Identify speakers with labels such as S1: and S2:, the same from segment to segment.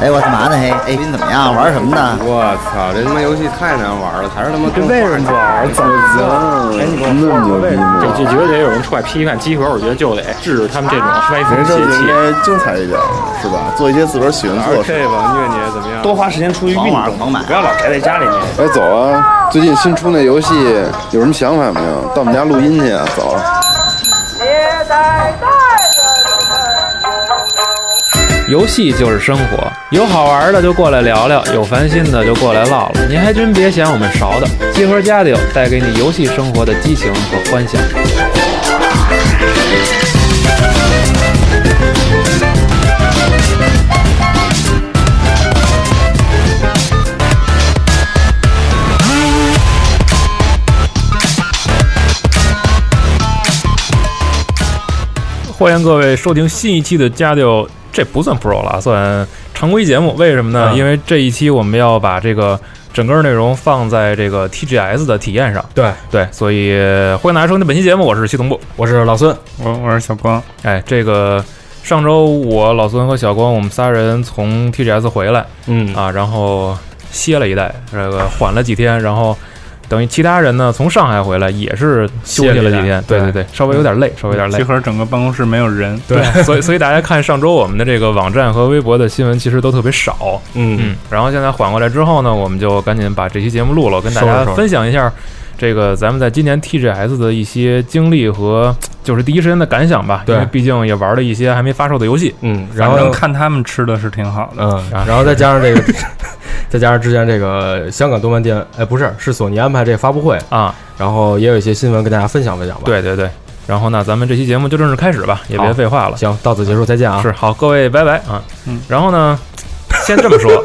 S1: 哎，我干嘛呢？嘿，哎，您怎么样？玩什么呢？
S2: 我操，这他妈游戏太难玩了，还是他妈
S3: 这为什么玩？怎么
S2: 哎，你给我
S3: 那么牛逼
S4: 就
S3: 吗？
S4: 就觉得得有人出来批判集合，我觉得就得制止他们这种歪
S3: 人
S4: 风邪
S3: 生应
S4: 气。
S3: 该精彩一点，是吧？做一些自个儿喜欢
S2: 玩
S3: 做
S2: 儿
S3: 的事。
S2: K 吧，虐你怎么样？
S5: 多花时间出去运
S1: 狂玩
S5: 动，
S1: 狂买
S5: 不要老宅在家里面。
S3: 哎，走啊！最近新出那游戏有什么想法没有？到我们家录音去啊！走啊。
S6: 也在带着你们
S7: 游戏就是生活，有好玩的就过来聊聊，有烦心的就过来唠唠。您还真别嫌我们勺的，集合家里有带给你游戏生活的激情和欢笑。
S4: 欢迎各位收听新一期的《家就这不算 Pro 了，算常规节目。为什么呢？
S7: 嗯
S4: 因为这一期我们要把这个整个内容放在这个 TGS 的体验上。
S8: 对
S4: 对，所以欢迎大家收听本期节目，我是系统部。
S8: 我是老孙，我我是小光，
S4: 哎，这个上周我老孙和小光我们仨人从 TGS 回来
S8: 嗯
S4: 啊，然后歇了一带，这个缓了几天，然后。等于其他人呢，从上海回来也是休息
S8: 歇了
S4: 了
S8: 一
S4: 几
S8: 带
S4: 天，对对对，稍微有点累，稍微有点累
S8: 集。合整个办公室没有人，
S4: 对，所以所以大家看上周我们的这个网站和微博的新闻其实都特别少，
S8: 嗯，
S4: 嗯，然后现在缓过来之后呢，我们就赶紧把这期节目录了，跟大
S8: 收
S4: 家
S8: 拾收拾
S4: 分享一下这个咱们在今年 TGS 的一些经历和就是第一时间的感想吧，
S8: 对
S4: 因为毕竟也玩了一些还没发售的游戏，
S8: 嗯，
S4: 然
S8: 然
S4: 后
S8: 后看他啊们吃的是挺好的，
S9: 嗯，然后再加上这个， 再加上之前这个香港动漫电，哎，不是，是索尼安排这个发布会，
S4: 啊，
S9: 然后也有一些新闻跟大家分享分享吧。，
S4: 对对对，然后呢，咱们这期节目就正式开始吧，也别
S9: 好
S4: 废话了，
S9: 行，到此结束，再见啊！
S4: 是好，各位拜拜啊。
S8: 嗯
S4: 然后呢，先这 么说，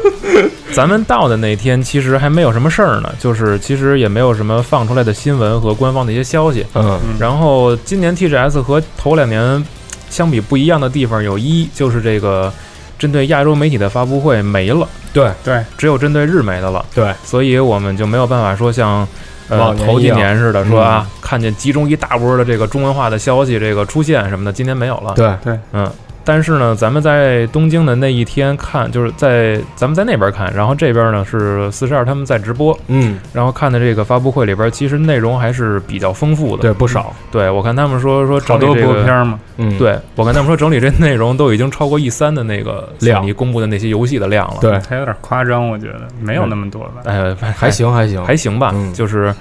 S4: 咱们到的那天其实还没有什么事儿呢，就是其实也没有什么放出来的新闻和官方的一些消息。
S9: 嗯，
S4: 然后今年 TGS 和头两年相比不一样的地方有一就是这个。针对亚洲媒体的发布会没了，
S9: 对
S8: 对，
S4: 只有针对日媒的了，
S9: 对，
S4: 所以我们就没有办法说像呃
S9: 往年
S4: 头
S9: 一
S4: 几
S9: 样嗯
S4: 年似的说啊，看见集中一大波的这个中文化的消息这个出现什么的，今年没有了。
S9: 对，
S4: 嗯，但是呢，咱们在东京的那一天看，就是在咱们在那边看，然后这边呢是四十二他们在直播，
S9: 嗯，
S4: 然后看的这个发布会里边，其实内容还是比较丰富的。
S9: 对，不少，
S4: 对我看他们说说
S8: 好
S4: 整
S8: 多
S4: 理这
S8: 播片
S4: 个，
S8: 儿嘛，
S9: 嗯，
S4: 对我看他们说整理这内容都已经超过 E 三的那个索尼公布的那些游戏的量了。，
S9: 嗯对，
S8: 还有点夸张，我觉得没有那么多吧，
S4: 哎，
S9: 还行还行，
S4: 还行吧，
S9: 嗯
S4: 就是。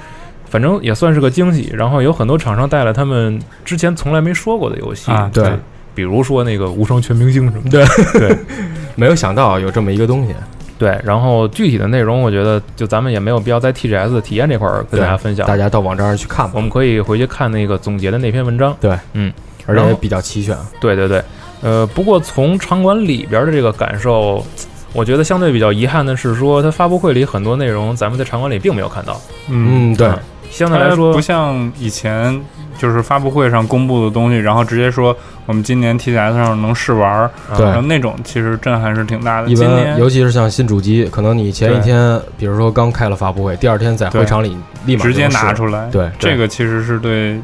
S4: 反正也算是个惊喜，然后有很多厂商带了他们之前从来没说过的游戏
S8: 啊
S9: 对，
S4: 比如说那个《无双全明星》什么的，
S9: 没有想到有这么一个东西，
S4: 对，然后具体的内容，我觉得就咱们也没有必要在 TGS 的体验这块儿跟大家分享
S9: 大，家到网站上去看
S4: 我
S9: 吧，
S4: 们可以回去看那个总结的那篇文章。嗯
S9: 而且
S4: 然后
S9: 也比较齐全，
S4: 对对对，呃，不过从场馆里边的这个感受，我觉得相对比较遗憾的是说，它发布会里很多内容咱们在场馆里并没有看到，
S8: 嗯，
S9: 嗯，对，
S4: 相对来
S8: 它
S4: 说
S8: 不，像以前就是发布会上公布的东西，然后直接说我们今年 TGS 上能试玩儿，
S9: 对
S8: 然后那种其实震撼是挺大的，
S9: 一
S8: 呃今
S9: 般
S8: 年
S9: 尤其是像新主机，可能你前一
S8: 对
S9: 天，比如说刚开了发布会，第二天在
S8: 对
S9: 会场里立马
S8: 直接
S9: 就能试
S8: 拿出来，
S9: 对
S8: 这个其实是对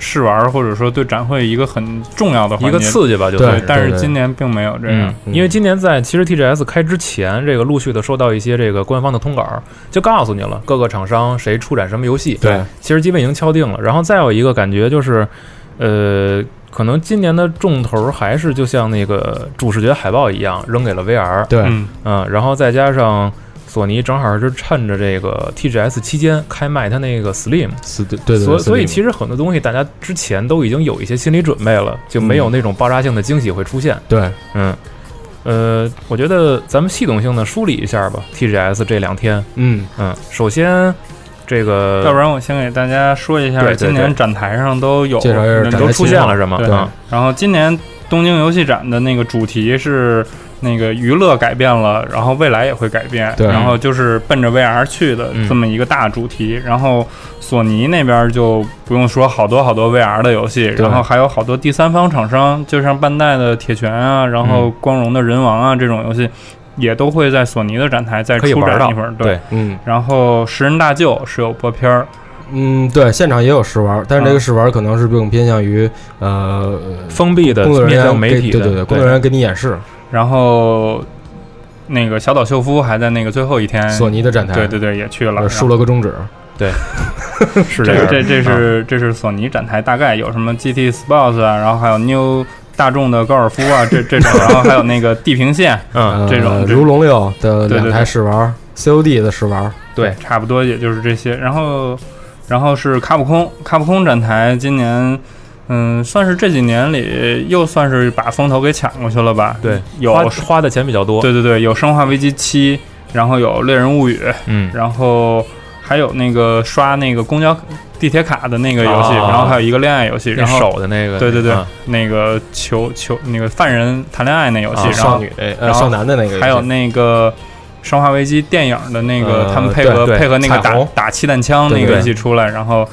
S8: 试玩儿或者说对展会一个很重要的环
S4: 一
S8: 节
S4: 个刺激吧，就
S9: 对
S8: 对
S4: 是，
S8: 但是
S9: 对
S8: 今年并没有这样
S4: 嗯。，因为今年在其实 TGS 开之前，这个陆续的收到一些这个官方的通稿儿，就告诉你了各个厂商谁出展什么游戏，
S9: 对，
S4: 其实基本已经敲定了。然后再有一个感觉就是，呃，可能今年的重头还是就像那个主视觉海报一样扔给了 VR，
S9: 对
S8: 嗯，
S4: 嗯，然后再加上索尼正好是趁着这个 TGS 期间开卖它那个 Slim，
S9: 是，对对对，
S4: 所所
S9: 实
S4: 以其实很多东西大家之前都已经有一些心理准备了，就
S9: 嗯
S4: 没有那种爆炸性的惊喜会出现。
S9: 对，
S4: 嗯。呃，我觉得咱们系统性的梳理一下吧。TGS 这两天，
S9: 嗯，
S4: 嗯，首先这个
S8: 要不然我先给大家说一下
S4: 对对
S8: 今年展台上都有
S9: 介绍一下展台
S4: 都
S8: 都
S4: 出现了是吗？
S8: 对
S4: 嗯，
S8: 然后今年东京游戏展的那个主题是那个娱乐改变了，然后未来也会改变，
S9: 对
S8: 然后就是奔着 VR 去的
S4: 嗯
S8: 这么一个大主题。然后索尼那边就不用说，好多好多 VR 的游戏，
S9: 对
S8: 然后还有好多第三方厂商，就像半代的铁拳啊，然后光荣的人王啊这种游戏。也都会在索尼的展台再
S4: 可以
S8: 出
S4: 玩
S8: 展
S4: 到
S8: 一会儿，
S4: 对
S9: 嗯。
S8: 然后《食人大舅》是有播片儿，
S9: 嗯，对，现场也有试玩，但是这
S8: 嗯
S9: 个试玩可能是更偏向于呃
S4: 封闭的
S9: 工作人
S4: 面
S9: 员
S4: 向媒
S9: 给
S4: 体的，
S9: 对对对，工作人员给你演示，
S8: 然后那个小岛秀夫还在那个最后一天，
S9: 索尼的站台，
S8: 哎对对对，也去了，
S9: 呃输了个中指，
S4: 是
S8: 这
S4: 样
S8: 个
S4: 的
S8: 这这是这是索尼展台，大概有什么 GT Sports 啊，然后还有 New 大众的高尔夫啊，这这种，然后还有那个地平线，
S4: 嗯，
S9: 呃
S8: 这种这
S9: 如龙六的
S8: 对对
S9: 两台试玩，COD 的试玩，
S8: 对，差不多也就是这些。然后，然后是卡普空，卡普空展台今年，嗯，算是这几年里又算是把风头给抢过去了吧？
S4: 对，
S8: 有
S4: 花花的钱比较多，
S8: 对对对，有《生化危机七》，然后有《猎人物语》，
S4: 嗯，
S8: 然后还有那个刷那个公交地铁卡的那个游戏，
S4: 啊
S8: 然后还有一个恋爱游戏，
S4: 那
S8: 然后
S4: 手的那个，
S8: 对对对，
S4: 嗯
S8: 那个求求那个犯人谈恋爱那游戏，哎
S4: 啊
S8: 然
S9: 少
S8: 后
S9: 女的
S8: 然
S9: 呃
S8: 后
S9: 少男的那个游戏，
S8: 还有那个《生化危机》电影的那个，
S9: 呃
S8: 他们配合
S4: 对对
S8: 配合那个
S9: 彩
S8: 打
S9: 虹
S8: 打气弹枪那
S9: 对对
S8: 个游戏出来，然后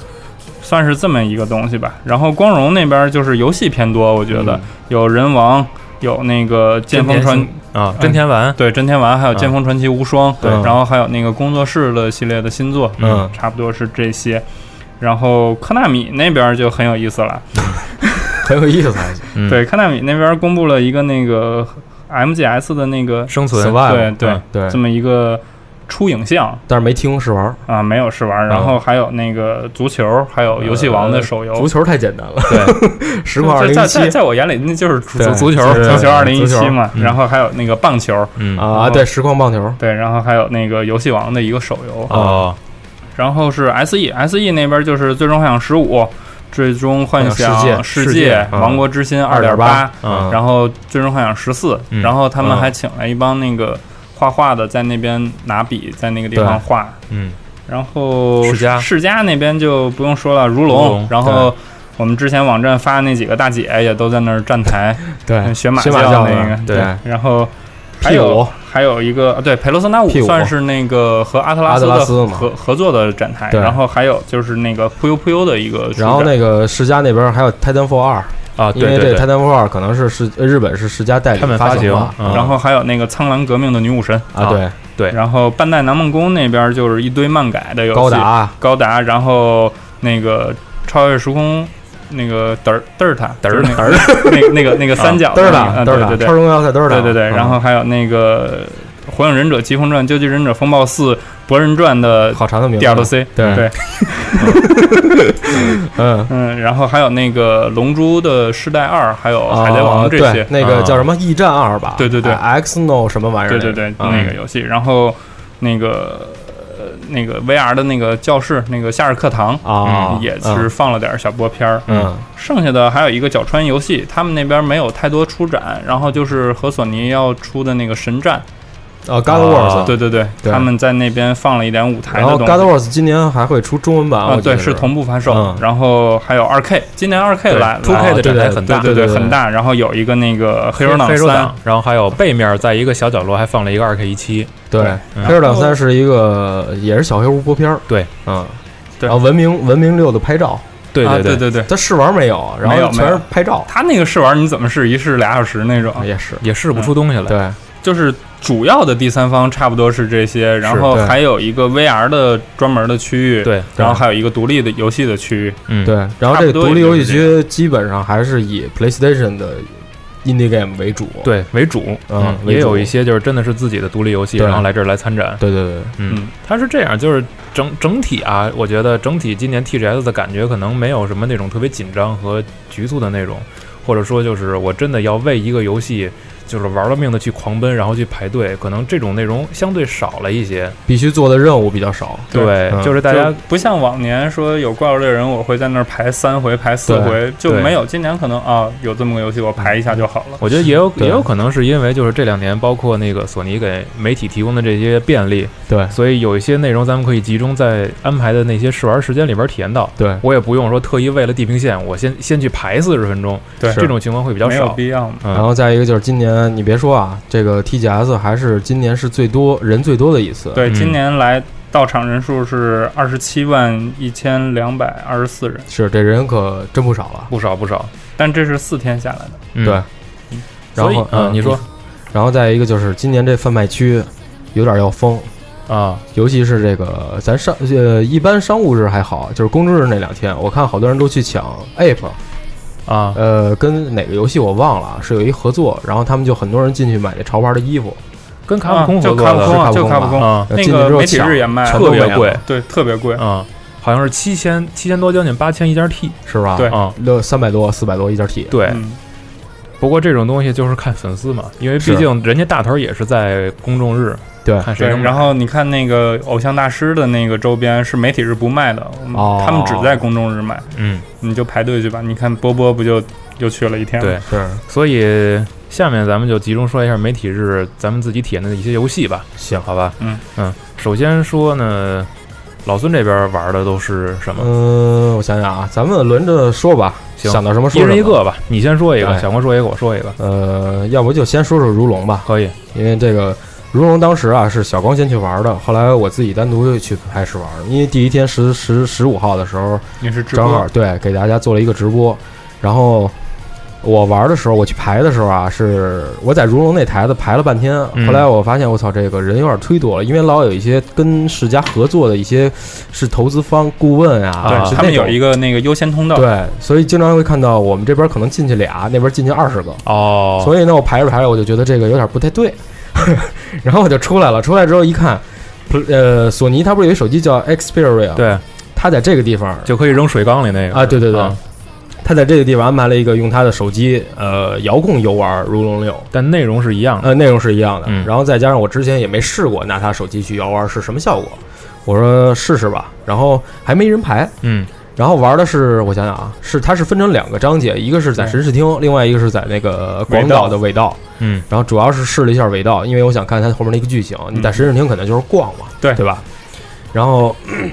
S8: 算是这么一个东西吧。然后光荣那边就是游戏偏多，我觉得、
S4: 嗯
S8: 有人王，有那个剑锋传
S4: 真啊，真田丸，
S8: 对真天丸，还有
S4: 嗯
S8: 剑锋传奇无双，
S9: 对
S8: 然后还有那个工作室的系列的新作，
S9: 嗯
S8: 差不多是这些。然后科纳米那边就很有意思了，
S9: 很有意思还行，
S4: 嗯
S8: 对，科纳米那边公布了一个那个 MGS 的那个
S4: 生存
S9: Survive
S8: 对对、
S4: 嗯
S9: 对
S8: 这，么一个出影像
S9: 但是没提供试玩，
S8: 啊，没有试玩，然后还有那个足球，还有游戏王的手游。
S9: 足球太简单了，
S4: 对，
S9: 十块二
S8: 在
S9: 零
S8: 在
S9: 一七
S8: 在在我眼里，那就是足
S9: 对
S8: 足球，
S9: 对
S8: 足球二零
S9: 足
S8: 一七
S9: 球
S8: 嘛。
S4: 嗯
S8: 然后还有那个棒球，
S4: 嗯
S9: 啊，对，实况棒球，
S8: 对，然后还有那个游戏王的一个手游。
S4: 哦，
S8: 然后是 S E S E 那边就是《最终幻想十五》《最终幻
S9: 啊世界
S8: 想世
S9: 世
S8: 界
S9: 界》
S8: 《
S9: 嗯
S8: 王国之心》二点
S9: 2.8
S8: 八，
S4: 嗯
S8: 啊然后《最终幻想十四》，
S4: 嗯
S8: 然后他们
S4: 嗯
S8: 还请了一帮那个画画的在那边拿笔在那个地方
S9: 对
S8: 画。
S4: 嗯，
S8: 然后
S4: 世嘉
S8: 世嘉那边就不用说了，如龙。
S4: 如龙
S8: 然后我们之前网站发那几个大姐也都在那儿站 台，
S9: 对，
S8: 嗯学马
S9: 马
S8: 教
S9: 教
S8: 那个
S9: 的
S4: 对
S9: 对，
S8: 然后还
S9: 屁
S8: 有
S9: 股
S8: 还有一个啊对，佩罗森纳五
S9: P 五
S8: 算是那个和阿特拉斯
S9: 阿特
S8: 的
S9: 拉斯嘛
S8: 合合作的展台，
S9: 对
S8: 然后还有就是那个扑悠扑悠的一个书展，
S9: 然后那个世嘉那边还有 Titanfall 二，
S4: 啊，
S9: 因
S4: 对
S9: 为这
S4: 对对，
S9: Titanfall 二可能是世呃日本是世嘉代理
S4: 他们
S9: 发
S4: 行
S9: 嘛，，
S4: 嗯
S8: 然后还有那个苍兰革命的女武神，
S9: 啊，对，
S4: 对
S8: 然后半代南梦宫那边就是一堆漫改的游戏，
S9: 高达
S8: 高达，然后那个超越时空。那个嘚儿嘚儿塔
S4: 嘚儿
S8: 就是那个那个那个那个三角
S9: 啊嘚儿
S8: 的那
S9: 的嘚
S8: 个
S9: 儿
S8: 啊对
S9: 的，
S8: 对
S9: 超
S8: 对
S9: 荣耀赛嘚儿的，
S8: 对对对，
S9: 嗯
S8: 然后还有那个《火影忍者疾风传》《究极忍者风暴四》《博人传》的
S9: 好长的名字
S8: DLC，
S9: 对
S8: 对，
S9: 嗯。
S8: 嗯，然后还有那个《龙珠》的世代二，还有《海贼王》这
S9: 啊
S8: 些嗯
S9: 对，那个
S4: 啊
S9: 叫什么《驿站二》吧？啊
S8: 对对对
S9: ，X No 什么玩意儿？
S8: 对对对，
S9: 啊
S8: 那个游戏，然后那个呃那个 VR 的那个教室，那个夏日课堂。嗯
S9: 啊，
S8: 也是放了点儿小播片儿，
S9: 嗯，
S8: 剩下的还有一个角川游戏，他们那边没有太多出展，然后就是和索尼要出的那个神战，
S9: 呃，God of War，
S8: 啊对对对，
S9: 对
S8: 他们在那边放了一点舞台
S9: 然
S8: 的
S9: 后
S8: 东
S9: God of
S8: 西。
S9: War 今年还会出中文版，
S8: 啊，
S9: 我记
S8: 对，
S9: 得
S8: 是同步发售
S9: 嗯，
S8: 然后还有二 K，今年二 K
S4: 对
S8: 来
S4: 2K
S8: 来
S4: 的展台很大
S8: 对
S9: 啊对对对
S8: 很大。然后有一个那个黑手党
S4: 黑手
S8: 三
S4: 党，，然后还有背面在一个小角落还放了一个二 K 一七，
S9: 对，《
S4: 嗯
S9: 黑手党三》是一个也是小黑屋播片儿，
S4: 对，
S9: 嗯，
S8: 对
S9: 然后《文明文明六》的拍照，
S4: 对
S8: 啊
S4: 对
S8: 对对，
S9: 它试玩没有，然
S8: 没有
S9: 后全
S8: 没
S9: 是
S8: 有嗯
S9: 拍照，
S8: 他那个试玩你怎么试一试俩小时那种，
S9: 也是，
S4: 也试不出东西来，
S9: 对，
S8: 就是主要的第三方差不多是这些，然后
S9: 对
S8: 还有一个 VR 的专门的区域，，
S4: 对，
S8: 然后还有一个独立的游戏的区域，
S4: 嗯，
S9: 对，然后
S8: 差
S9: 这
S8: 不
S9: 个
S8: 多
S9: 独立
S8: 也就
S9: 游
S8: 是
S9: 戏区基本上还是以 PlayStation 的 indie game 为主。
S4: 对为主，
S9: 嗯为
S4: 也有
S9: 主
S4: 一些就是真的是自己的独立游戏，
S9: 对
S4: 然后来这儿来参展，
S9: 对对对，
S4: 嗯
S8: 嗯，
S4: 它是这样，就是整整体啊，我觉得整体今年 TGS 的感觉可能没有什么那种特别紧张和局促的那种，或者说就是我真的要为一个游戏就是玩了命的去狂奔，然后去排队，可能这种内容相对少了一些。
S9: 必须做的任务比较少。
S4: 对，
S9: 嗯
S4: 就是大
S8: 就
S4: 家
S8: 不像往年说有怪物猎人，我会在那儿排三回、排四回，就
S4: 对
S8: 没有。今年可能啊，有这么个游戏，我排一下就好了。
S4: 我觉得也有
S9: 对
S4: 也有可能是因为就是这两年，包括那个索尼给媒体提供的这些便利，
S9: 对
S4: 所以有一些内容咱们可以集中在安排的那些试玩时间里边体验到。
S9: 对
S4: 我也不用说特意为了地平线，我先先去排四十分钟，
S8: 对
S4: 这种情况会比较
S8: 没有
S4: 少。
S8: 必要嘛。
S4: 嗯
S9: 然后再一个就是今年，你别说啊，这个 TGS 还是今年是最多人最多的一次。
S8: 对，
S4: 嗯
S8: 今年来到场人数是二十七万一千两百二十四人，
S9: 是这人可真不少了。
S4: 不少不少，
S8: 但这是四天下来的。
S4: 嗯
S9: 对，然
S4: 所以
S9: 后
S4: 嗯，你说，
S9: 然后再一个就是今年这贩卖区有点要疯。
S4: 啊，
S9: 尤其是这个，咱商呃，一般商务日还好，就是公众日那两天，我看好多人都去抢 App，
S4: 啊
S9: 呃，跟哪个游戏我忘了，是有一合作，然后他们就很多人进去买那潮牌的衣服，
S4: 跟卡普空合
S8: 就
S4: 作
S8: 卡普
S4: 的
S8: 空
S9: 是卡
S8: 啊，
S9: 普
S8: 就
S9: 空
S8: 卡普
S4: 吧
S8: 空
S9: 嗯
S8: 那
S9: 进去之
S8: 个
S9: 后
S8: 媒体
S9: 抢
S8: 日也卖，
S4: 特别贵，
S8: 对，特别贵。
S4: 嗯，好像是七千七千多，将近八千一件 T
S9: 是吧？
S8: 对
S4: 啊。
S9: 六三百多、四百多一件 T，
S4: 对，
S8: 嗯，
S4: 不过这种东西就是看粉丝嘛，因为
S9: 是
S4: 毕竟人家大头也是在公众日，
S9: 对
S4: 看谁
S8: 对
S4: 能。买
S8: 然后你看那个偶像大师的那个周边是媒体日不卖的，我们
S9: 哦
S8: 他们只在公众日卖，
S4: 嗯，
S8: 你就排队去吧。你看波波不就又去了一天吗？
S4: 对，
S9: 是
S4: 所以下面咱们就集中说一下媒体日咱们自己体验的一些游戏吧。
S9: 行。
S4: 好吧，
S8: 嗯
S4: 嗯，首先说呢，老孙这边玩的都是什么？
S9: 嗯，我想想啊，咱们轮着说吧，
S4: 行
S9: 想到什么
S4: 一
S9: 说什么。
S4: 人一个吧，你先说一个，
S9: 对
S4: 小郭说一个，我说一个，
S9: 呃，要不就先说说如龙吧，
S4: 可以。
S9: 因为这个如龙当时啊是小光先去玩的，后来我自己单独又去开始玩的，因为第一天十十十五号的时候，
S8: 你是直
S9: 正
S8: 播
S9: 好对给大家做了一个直播，然后。我玩的时候，我去排的时候啊，是我在如龙那台子排了半天，
S4: 嗯
S9: 后来我发现我操，这个人有点忒多了，因为老有一些跟世家合作的一些是投资方顾问啊，
S4: 对
S9: 是
S8: 他们
S9: 那
S8: 有
S9: 种
S8: 一个那个优先通道，
S9: 对，所以经常会看到我们这边可能进去俩，那边进去二十个，
S4: 哦，
S9: 所以呢，我排着排着，我就觉得这个有点不太对， 然后我就出来了。出来之后一看，呃，索尼它不是有一手机叫 Xperia，，
S4: 对，
S9: 它在这个地方
S4: 就可以扔水缸里那个
S9: 哦啊，对对对
S4: 啊，
S9: 它在这个地方安排了一个用它的手机呃遥控游玩《如龙六》，
S4: 但内容是一样的。
S9: 呃，内容是一样的。
S4: 嗯
S9: 然后再加上我之前也没试过拿它手机去摇玩是什么效果，我说试试吧，然后还没人排。
S4: 嗯，
S9: 然后玩的是，我想想啊，是它是分成两个章节，一个是在神视厅，另外一个是在那个广岛的尾道。
S4: 嗯，
S9: 然后主要是试了一下尾道，因为我想看它后面那个剧情。你在神视厅可能就是逛嘛，
S8: 对
S9: 对吧？然后 咳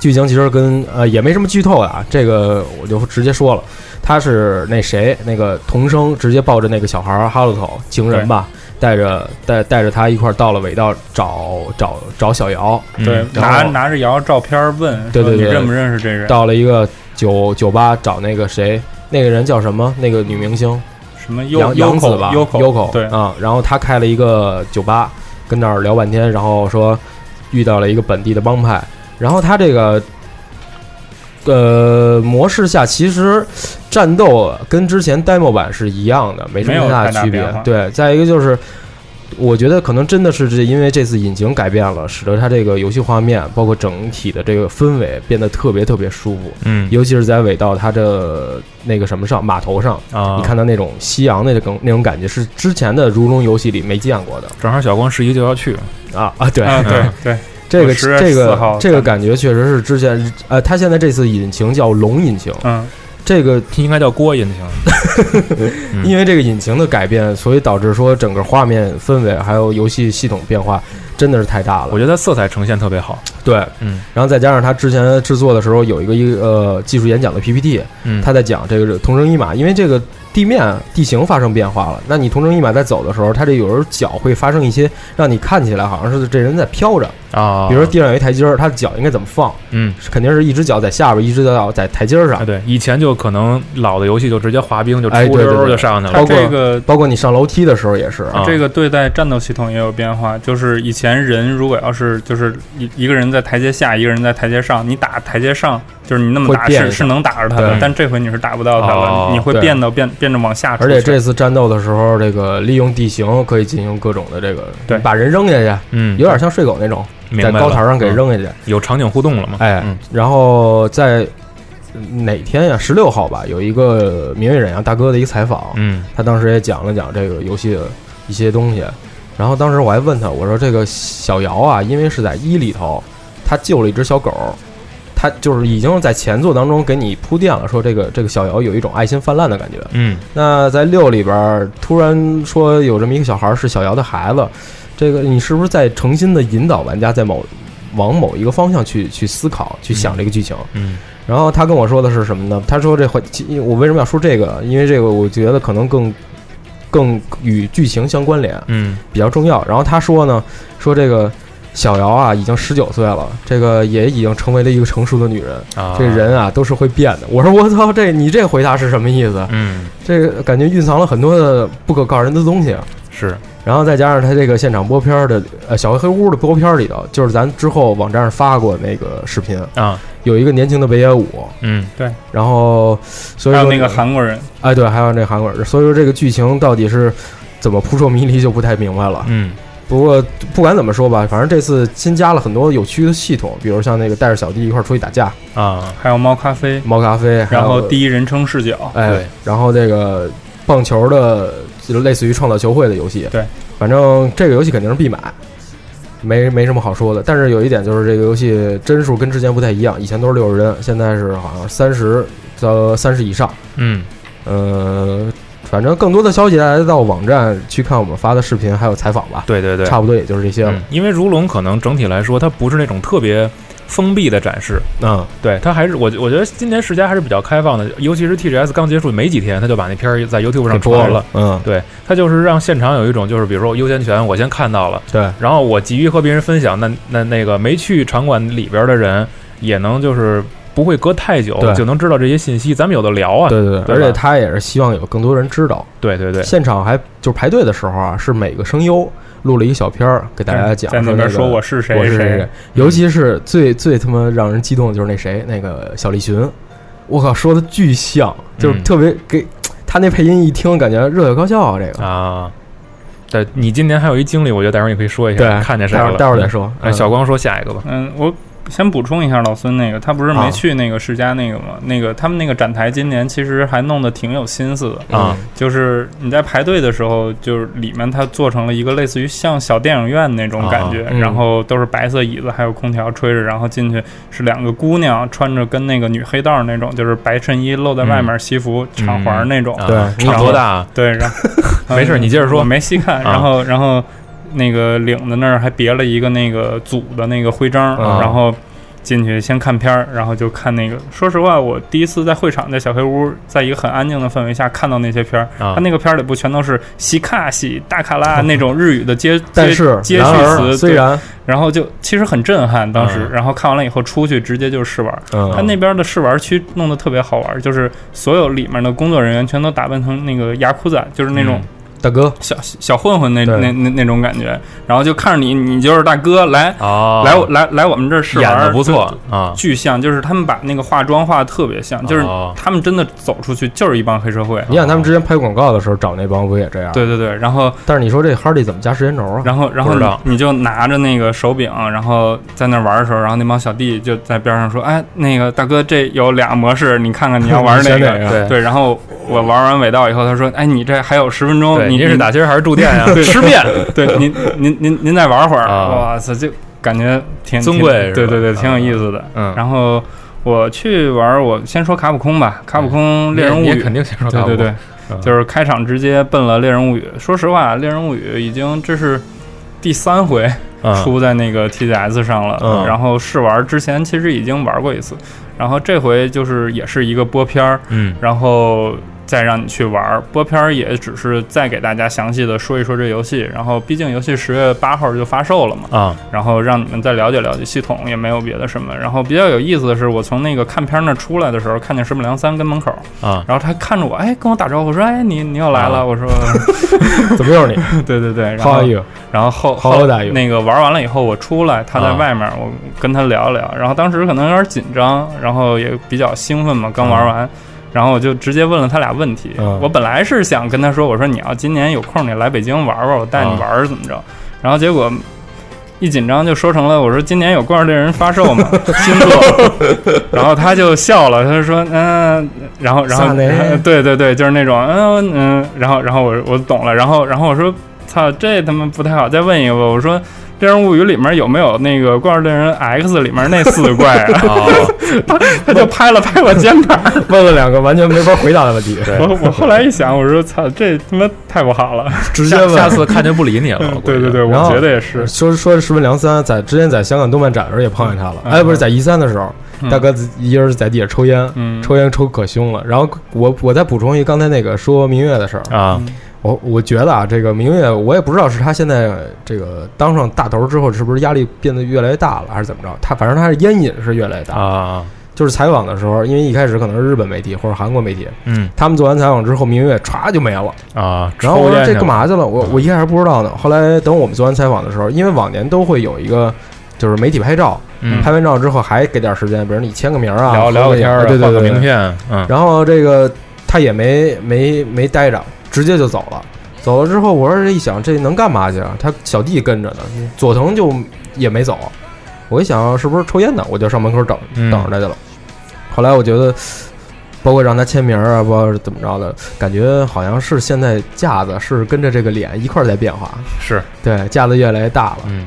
S9: 剧情其实跟呃也没什么剧透的啊，这个我就直接说了，他是那谁那个童生直接抱着那个小孩儿哈鲁头情人吧，带着带带着他一块儿到了尾道找找找小瑶，
S4: 嗯
S8: 对，
S9: 然后
S8: 拿拿着瑶照片问，
S9: 对
S8: 说
S9: 对
S8: 你
S9: 对
S8: 认不认识这人？
S9: 到了一个酒酒吧找那个谁，那个人叫什么？那个女明星
S8: 什么优
S9: 杨
S8: 优
S9: 杨
S8: 口
S9: 紫吧
S8: 优口
S9: 口
S8: 对，
S9: 啊，然后他开了一个酒吧，跟那儿聊半天，然后说遇到了一个本地的帮派，然后他这个。呃，模式下其实战斗跟之前 demo 版是一样的，没什
S8: 没有
S9: 么大
S8: 太大
S9: 区别
S8: 变化。
S9: 对，再一个就是，我觉得可能真的是这因为这次引擎改变了，使得它这个游戏画面包括整体的这个氛围变得特别特别舒服。
S4: 嗯
S9: 尤其是在尾道它的那个什么上码头上，
S4: 啊，
S9: 你看到那种夕阳那种那种感觉，是之前的如龙游戏里没见过的
S4: 正好小光十一就要去，
S9: 啊啊！对，
S8: 啊对对，
S9: 这个
S8: 10月
S9: 这
S8: 4号
S9: 个这个感觉确实是之前呃，它现在这次引擎叫龙引擎，
S8: 嗯，
S9: 这个
S4: 应该叫郭引擎。嗯
S9: 因为这个引擎的改变，所以导致说整个画面氛围还有游戏系统变化真的是太大
S4: 我
S9: 了。
S4: 觉得色彩呈现特别好。
S9: 对，
S4: 嗯
S9: 然后再加上他之前制作的时候有一个一个呃技术演讲的 PPT，
S4: 嗯，
S9: 他在讲这个呃同生一马，因为这个地面地形发生变化了，那你同生一马在走的时候，它这有时候脚会发生一些让你看起来好像是这人在飘着，
S4: 啊，
S9: 比如说地上有一台阶儿，他的脚应该怎么放，
S4: 嗯。
S9: 肯定是一只脚在下边，一只脚在台阶儿
S4: 啊，
S9: 上，
S4: 对，以前就可能老的游戏就直接滑冰就出
S9: 哎
S4: 溜
S9: 对对
S4: 儿
S9: 对
S4: 就上去了，
S8: 他
S9: 包括
S8: 这个
S9: 包括你上楼梯的时候也是。
S4: 啊
S8: 这个对待战斗系统也有变化，就是以前人如果要是就是一一个人在台阶下，一个人在台阶上，你打台阶上，就是你那么
S9: 会
S8: 打
S9: 变
S8: 是
S9: 一下
S8: 是能打着他的
S4: 对，
S8: 但这回你是打不到他
S4: 哦
S8: 了，你会
S9: 对
S8: 变到变变着往下出
S9: 而
S8: 去。
S9: 且这次战斗的时候，这个利用地形可以进行各种的这个，
S8: 对
S9: 把人扔下去，
S4: 嗯，
S9: 有点像睡狗那种，
S4: 明
S9: 在
S4: 白
S9: 高
S4: 了
S9: 台上给
S4: 嗯
S9: 扔下去。
S4: 有场景互动了嘛？
S9: 哎，
S4: 嗯
S9: 然后在哪天呀、1十六号吧，有一个明月忍阳大哥的一个采访，
S4: 嗯
S9: 他当时也讲了讲这个游戏的一些东西。然后当时我还问他，我说这个小瑶啊，因为是在一里头，他救了一只小狗，他就是已经在前作当中给你铺垫了，说这个这个小瑶有一种爱心泛滥的感觉。
S4: 嗯
S9: 那在六里边儿突然说有这么一个小孩儿是小瑶的孩子，这个你是不是在诚心的引导玩家在某往某一个方向去去思考、去想这个剧情？
S4: 嗯
S9: 然后他跟我说的是什么呢？他说这环，其我为什么要说这个？因为这个我觉得可能更更与剧情相关联
S4: 嗯
S9: 比较重要。然后他说呢，说这个小瑶啊已经十九岁了，这个也已经成为了一个成熟的女人，
S4: 啊，
S9: 这人啊都是会变的。我说我操，这你这回答是什么意思？
S4: 嗯
S9: 这个感觉蕴藏了很多的不可告人的东西。啊
S4: 是
S9: 然后再加上他这个现场播片儿的，呃，小黑屋的播片儿里头，就是咱之后网站上发过那个视频，
S4: 啊
S9: 有一个年轻的北野武，
S4: 嗯
S9: 然后所以
S8: 还
S9: 说
S8: 有那个韩国人，
S9: 哎对，还有那个韩国人，所以说这个剧情到底是怎么扑朔迷离就不太明白了。
S4: 嗯
S9: 不过不管怎么说吧，反正这次新加了很多有趣的系统，比如像那个带着小弟一块儿出去打架，
S4: 啊，
S8: 还有猫咖啡，
S9: 猫咖啡，还有
S8: 然后第一人称视角，
S9: 哎
S4: 对，
S9: 然后这个棒球的，就类似于创造球会的游戏，
S8: 对，
S9: 反正这个游戏肯定是必买，没没什么好说的。但是有一点就是这个游戏帧数跟之前不太一样，以前都是六十帧，现在是好像三十到三十以上。
S4: 嗯，
S9: 呃，反正更多的消息大家到网站去看我们发的视频还有采访吧，
S4: 对对对，
S9: 差不多也就是这些了
S4: 嗯。因为如龙可能整体来说，它不是那种特别封闭的展示，
S9: 嗯，
S4: 对它还是我我觉得今年世嘉还是比较开放的，尤其是 TGS 刚结束没几天，他就把那片儿在 YouTube 上
S9: 给
S4: 传了。，
S9: 嗯，
S4: 对，它就是让现场有一种就是，比如说我优先权，我先看到了，
S9: 对，
S4: 然后我急于和别人分享，那那那个没去场馆里边的人也能就是不会隔太久
S9: 对
S4: 就能知道这些信息，咱们有的聊啊。
S9: 对对对，
S4: 对
S9: 而且
S4: 吧
S9: 他也是希望有更多人知道。
S4: 对对对
S9: 现场还就是排队的时候啊，是每个声优录了一个小片儿给大家讲，
S8: 在那边
S9: 边
S8: 说
S9: 我
S8: 我是谁
S9: 是谁
S8: 谁嗯
S9: 谁，，尤其是最最他妈让人激动的就是那谁那个小栗旬，我靠说的巨像，就是特别给他那配音一听感觉热血高校啊，这个
S4: 啊。对你今年还有一经历，我觉得待会儿你可以说一下，
S9: 对，
S4: 看见谁
S9: 待会
S4: 了
S9: 儿？待会儿再。说，
S4: 哎，
S9: 嗯
S4: 小光说下一个吧。
S8: 嗯，我先补充一下老孙那个，他不是
S9: 啊
S8: 没去那个世家那个吗？那个他们那个展台今年其实还弄得挺有心思的
S4: 啊，
S8: 就是你在排队的时候，就是里面它做成了一个类似于像小电影院那种感觉，
S9: 啊嗯
S8: 然后都是白色椅子，还有空调吹着，然后进去是两个姑娘穿着跟那个女黑道那种，就是白衬衣露在外面西服、长环那种，
S4: 啊
S9: 对
S4: 差不多大啊。
S8: 哦对，然后
S4: 没事你接着说
S8: 我没细看，
S4: 啊
S8: 然后然后那个领子那儿还别了一个那个组的那个徽章，
S9: 啊
S8: 然后进去先看片儿，然后就看那个。说实话，我第一次在会场在小黑屋，在一个很安静的氛围下看到那些片儿，
S4: 啊
S8: 他那个片儿里不全都是西卡西大卡拉那种日语 的接
S9: 但是
S8: 接接
S9: 然
S8: 续
S9: 而
S8: 词，
S9: 虽
S8: 对
S9: 然
S8: 然后就其实很震撼当时，
S4: 嗯
S8: 然后看完了以后出去直接就试玩。
S9: 嗯
S8: 他那边的试玩区弄得特别好玩，就是所有里面的工作人员全都打扮成那个牙库仔，就是那种
S4: 嗯
S9: 大哥
S8: 小、小混混那
S9: 对
S8: 那那那种感觉，然后就看着你，你就是大哥，来、
S4: 哦，
S8: 来我来来我们这儿试
S4: 演
S8: 玩，
S4: 的不错啊
S8: 就，巨像，就是他们把那个化妆化得特别像，就是
S4: 哦
S8: 他们真的走出去就是一帮黑社会。
S9: 你想他们之前拍广告的时候找那帮不也这样？
S8: 对，对对，然后
S9: 但是你说这哈利怎么加时间轴啊？
S8: 然后然后
S4: 不知道
S8: 你你就拿着那个手柄，然后在那玩的时候，然后那帮小弟就在边上说：“哎，那个大哥，这有俩模式，你看看你要玩
S9: 你
S8: 哪
S9: 选
S8: 个？”
S9: 哪个
S8: 对然后我玩完尾道以后，他说：“哎，你这还有十分钟，
S4: 对，
S8: 你
S4: 您是
S8: 你
S4: 打心还是住店呀？
S8: 吃遍。 对，您您您您再玩会儿，
S4: 啊
S8: 哇塞，这感觉挺
S4: 尊贵
S8: 挺
S4: 是吧
S8: 对对对，
S4: 啊
S8: 挺有意思的。
S4: 嗯
S8: 然后我去玩，我先说卡普空吧，卡普空猎人物
S4: 你也
S8: 语
S4: 肯定先说
S8: 对
S4: 卡普
S8: 对
S4: 空
S8: 对，
S4: 嗯
S8: 就是开场直接奔了《猎人物语》。说实话，《猎人物语》已经这是第三回
S4: 嗯
S8: 出在那个 TGS 上了。
S4: 嗯
S8: 然后试玩之前其实已经玩过一次，然后这回就是也是一个播片儿，
S4: 嗯
S8: 然后再让你去玩儿。播片儿也只是再给大家详细的说一说这游戏，然后毕竟游戏十月八号就发售了嘛，
S4: 啊
S8: 然后让你们再了解了解系统，也没有别的什么。然后比较有意思的是，我从那个看片儿那儿出来的时候，看见石本良三跟门口，
S4: 啊
S8: 然后他看着我，哎，跟我打招呼说，哎，你你又来了，
S4: 啊
S8: 我说，
S9: 怎么又是你哎
S8: 对对对，然
S9: ？How
S8: 后
S9: are you？
S8: 然后后
S9: How
S8: 后
S9: old are you？
S8: 那个玩完了以后，我出来，他在
S4: 啊
S8: 外面，我跟他聊聊，然后当时可能有点紧张，然后也比较兴奋嘛，刚玩完。然后我就直接问了他俩问题。
S9: 嗯
S8: 我本来是想跟他说，我说你要今年有空，你来北京玩玩，我带你玩儿怎么着。然后结果一紧张就说成了，我说今年有《怪物猎人》发售嘛，新作。然后他就笑了，他就说嗯、然后然后
S9: 萨雷
S8: 然后 对对对，就是那种嗯嗯，然后然后我我懂了，然后然后我说操，这他妈不太好，再问一个吧。我说《猎人物语》里面有没有那个《怪物猎人 X》里面那四个怪啊？ 他就拍了拍我肩膀。
S9: 问了两个完全没法回答的问题，
S8: 我我后来一想，我说操，这他妈太不好了。
S9: 直接
S4: 下
S9: 问
S4: 下次看见不理你了，我估
S8: 对
S4: 计
S8: 对对，我
S9: 然后
S8: 觉得也是。
S9: 说说石文良三在之前在香港动漫展的时候也碰见他了，
S8: 嗯
S9: 哎，不是在一三的时候，
S8: 嗯
S9: 大哥自一人在地下抽烟，
S8: 嗯
S9: 抽烟抽可凶了。然后我我再补充一刚才那个说明月的事儿，
S8: 嗯
S4: 啊
S9: 我我觉得啊，这个明月我也不知道是他现在这个当上大头之后是不是压力变得越来越大了，还是怎么着？他反正他的烟瘾是越来越大。
S8: 嗯
S4: 啊
S9: 就是采访的时候，因为一开始可能是日本媒体或者韩国媒体，
S4: 嗯
S9: 他们做完采访之后，明月歘就没了。
S4: 啊，
S9: 然后我
S4: 抽
S9: 说
S4: 烟
S9: 这
S4: 去
S9: 干嘛去了？我我一开始不知道呢。后来等我们做完采访的时候，因为往年都会有一个就是媒体拍照，
S4: 嗯
S9: 拍完照之后还给点时间，比如你签个名啊，
S4: 聊聊
S9: 个
S4: 个天儿啊，
S9: 对对
S4: 换个
S9: 对对。
S4: 名片，嗯
S9: 然后这个他也没没没待着，直接就走了。走了之后，我说这一想，这能干嘛去啊？他小弟跟着呢，佐藤就也没走。我一想是不是抽烟呢，我就上门口等
S4: 嗯
S9: 等着他去了。后来我觉得，包括让他签名啊，包括是怎么着的，感觉好像是现在架子是跟着这个脸一块儿在变化，
S4: 是，
S9: 对，架子越来越大了，
S4: 嗯，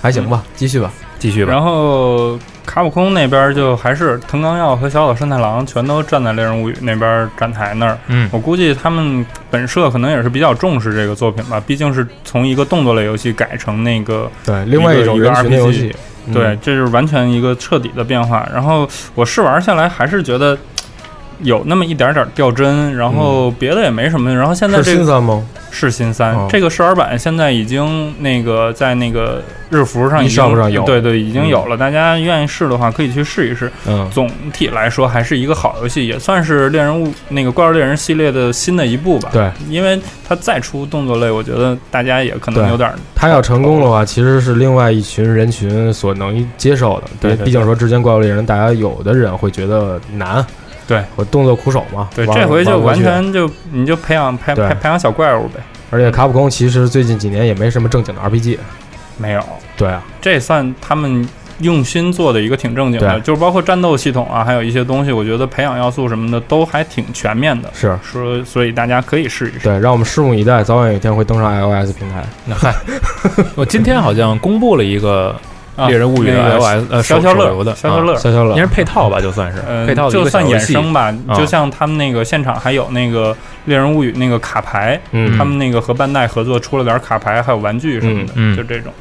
S9: 还行吧，继续吧。
S4: 继续吧。
S8: 然后卡普空那边就还是藤冈耀和小岛慎太郎全都站在《猎人物语》那边站台那儿。
S4: 嗯
S8: 我估计他们本社可能也是比较重视这个作品吧，毕竟是从一个动作类游戏改成那个
S9: 对，另外
S8: 一个
S9: 种
S8: 一个
S9: 人群的
S8: RPG
S9: 游戏，嗯
S8: 对，，这就是完全一个彻底的变化。然后我试玩下来，还是觉得嘖有那么一点点掉帧，然后别的也没什么。然后现
S9: 嗯
S8: 在
S9: 是
S8: 这
S9: 新
S8: 个
S9: 三吗？
S8: 是新三
S9: 哦
S8: 这个试玩版，现在已经那个在那个日服上已经
S9: eShop 上有
S8: 对对，已经有了。大家愿意试的话，可以去试一试。
S9: 嗯，
S8: 总体来说还是一个好游戏，也算是猎人物那个怪兽猎人系列的新的一步吧。
S9: 对，
S8: 因为它再出动作类，我觉得大家也可能
S9: 对
S8: 有点儿
S9: 他要成功的话，其实是另外一群人群所能接受的。
S8: 对对对
S9: 毕竟说之前怪物猎人，大家有的人会觉得难，
S8: 对
S9: 我动作苦手嘛。
S8: 对，
S9: 玩
S8: 这回就
S9: 玩不过
S8: 完
S9: 去
S8: 全就你就培养培
S9: 对
S8: 培培养小怪物呗，
S9: 而且卡普空其实最近几年也没什么正经的 RPG。
S8: 没有，
S9: 对啊，
S8: 这算他们用心做的一个挺正经的，
S9: 对
S8: 就是包括战斗系统啊，还有一些东西，我觉得培养要素什么的都还挺全面的。
S9: 是
S8: 说，所以大家可以试一试。
S9: 对，让我们拭目以待，早晚有一天会登上 iOS 平台。
S4: 那嗨，我今天好像公布了一个
S8: 啊
S4: 《猎人物语》
S8: 那
S4: 的
S8: 个
S4: iOS 呃
S8: 消
S4: 手
S8: 消
S4: 手
S8: 乐
S4: 游的
S8: 消消
S4: 啊
S8: 乐
S9: 消消乐
S4: 应该是配套吧，就算是
S8: 嗯
S4: 配套，的一
S8: 就
S4: 个小
S8: 算
S4: 游
S8: 衍
S4: 戏。
S8: 生吧，
S4: 啊
S8: 就像他们那个现场还有那个《猎人物语》那个卡牌，
S9: 嗯
S8: 他们那个和半代合作出了点卡牌，还有玩具什么的，
S4: 嗯嗯
S8: 就这种。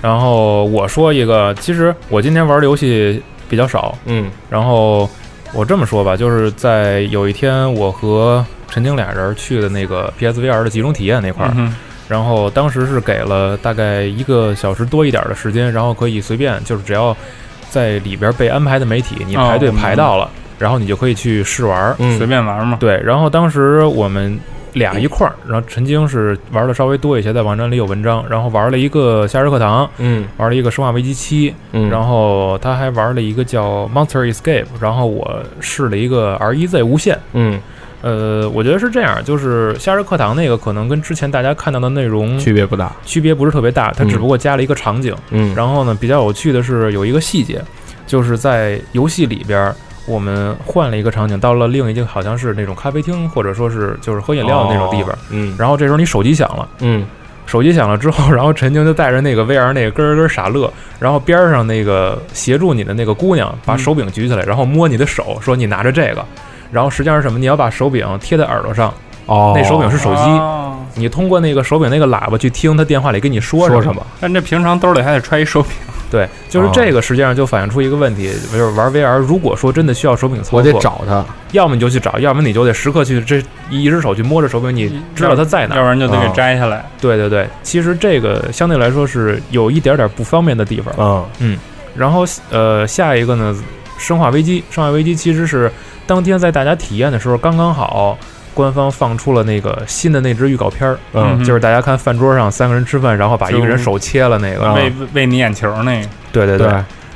S4: 然后我说一个，其实我今天玩的游戏比较少，
S9: 嗯
S4: 然后我这么说吧，就是在有一天我和陈晶俩人去的那个 PSVR 的集中体验那块儿
S8: 嗯，哼，
S4: 然后当时是给了大概一个小时多一点的时间，然后可以随便，就是只要在里边被安排的媒体，你
S8: 哦
S4: 排队
S8: 我明白
S4: 排到了，然后你就可以去试玩儿。
S9: 嗯，
S8: 随便玩嘛。
S4: 对，然后当时我们俩一块儿，然后陈晶是玩的稍微多一些，在网站里有文章，然后玩了一个《夏日课堂》，
S9: 嗯
S4: 玩了一个《生化危机七》，
S9: 嗯，
S4: 然后他还玩了一个叫《Monster Escape》，然后我试了一个 R E Z 无限。
S9: 嗯，
S4: 呃，我觉得是这样，就是《夏日课堂》那个可能跟之前大家看到的内容
S9: 区别不大。
S4: 区别不是特别大，它
S9: 嗯
S4: 只不过加了一个场景。
S9: 嗯，
S4: 然后呢，比较有趣的是有一个细节，就是在游戏里边儿，我们换了一个场景，到了另一个好像是那种咖啡厅，或者说是就是喝饮料的那种地方。
S9: 嗯
S4: 然后这时候你手机响了，
S9: 嗯
S4: 手机响了之后，然后陈晶就带着那个 VR 那个咯咯傻乐，然后边上那个协助你的那个姑娘把手柄举起
S9: 嗯
S4: 来，然后摸你的手，说你拿着这个。然后实际上是什么？你要把手柄贴在耳朵上，
S9: 哦，
S4: 那手柄是手机，
S8: 哦
S4: 你通过那个手柄那个喇叭去听他电话里跟你说
S9: 说
S4: 什
S9: 什
S4: 么
S9: 么。
S8: 但这平常兜里还得揣一手柄，
S4: 对，就是
S9: 哦
S4: 这个，实际上就反映出一个问题，就是玩 VR，如果说真的需要手柄操作，
S9: 我得，找他。
S4: 要么你就去找，要么你就得时刻去这一只手去摸着手柄，
S9: 嗯
S4: 你知道它在哎哪
S8: 要
S4: 儿。哦
S8: 不然就得
S9: 啊
S8: 给摘下来。
S4: 对对对，其实这个相对来说是有一点点不方便的地方。
S9: 嗯
S4: 然后呃，下一个呢，《生化危机》，《生化危机》其实是当天在大家体验的时候刚刚好。官方放出了那个新的那支预告片儿，
S8: 嗯哼
S4: 就是大家看饭桌上三个人吃饭，然后把一个人手切了那个，
S9: 啊
S8: 为为你眼球那个，
S4: 对对
S9: 对，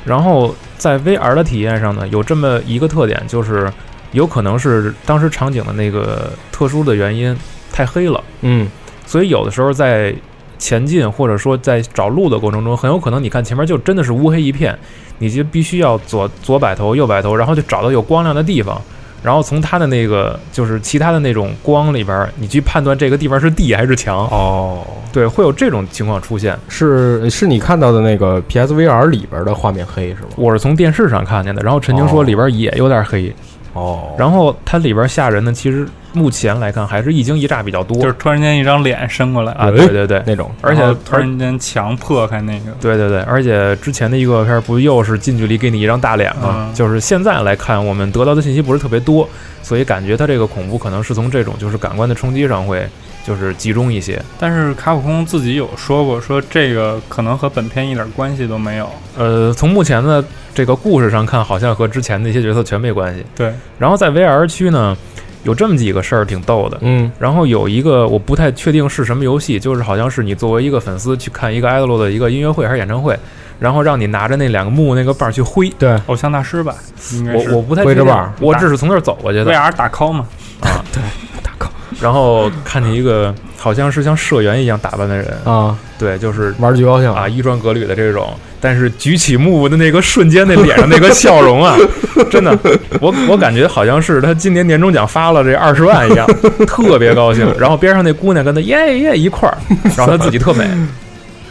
S4: 然后在 VR 的体验上呢，有这么一个特点，就是有可能是当时场景的那个特殊的原因太黑了，
S9: 嗯
S4: 所以有的时候在前进或者说在找路的过程中，很有可能你看前面就真的是乌黑一片，你就必须要左左摆头右摆头，然后就找到有光亮的地方。然后从它的那个就是其他的那种光里边，你去判断这个地方是地还是墙，
S9: 哦，
S4: 对，会有这种情况出现。
S9: 是是你看到的那个 PSVR 里边的画面黑是吗？
S4: 我是从电视上看见的，然后陈晶说
S9: 哦
S4: 里边也有点黑，
S9: 哦，
S4: 然后它里边吓人呢，其实目前来看还是一惊一乍比较多，
S8: 就是突然间一张脸伸过来
S4: 啊，
S9: 哎
S4: 对对对，
S9: 那种
S4: 而且
S8: 然后突然间墙破开那个，
S4: 对对对，而且之前的预告片不又是近距离给你一张大脸吗？
S8: 嗯
S4: 就是现在来看，我们得到的信息不是特别多，所以感觉它这个恐怖可能是从这种就是感官的冲击上会就是集中一些。
S8: 但是卡普空自己有说过，说这个可能和本片一点关系都没有。
S4: 呃，从目前的这个故事上看，好像和之前的一些角色全没关系。
S8: 对，
S4: 然后在 VR 区呢，有这么几个事儿挺逗的，
S9: 嗯
S4: 然后有一个我不太确定是什么游戏，就是好像是你作为一个粉丝去看一个 idol 的一个音乐会还是演唱会，然后让你拿着那两个木那个棒儿去挥。
S9: 对
S8: 偶像大师吧，应该
S4: 我
S8: 是
S4: 我不太
S9: 挥着
S4: 确定
S9: 棒儿啊
S4: 我只是从那儿走过去的。
S8: VR 打 call 嘛。
S9: 大哥
S4: 然后看见一个好像是像社员一样打扮的人，
S9: 啊，
S4: 对，就是
S9: 玩儿巨高兴
S4: 啊，衣装革履的这种，但是举起幕布的那个瞬间，那脸上那个笑 容啊，真的，我我感觉好像是他今年年终奖发了这二十万一 样，特别高兴。然后边上那姑娘跟他耶耶 一块儿，然后他自己特美。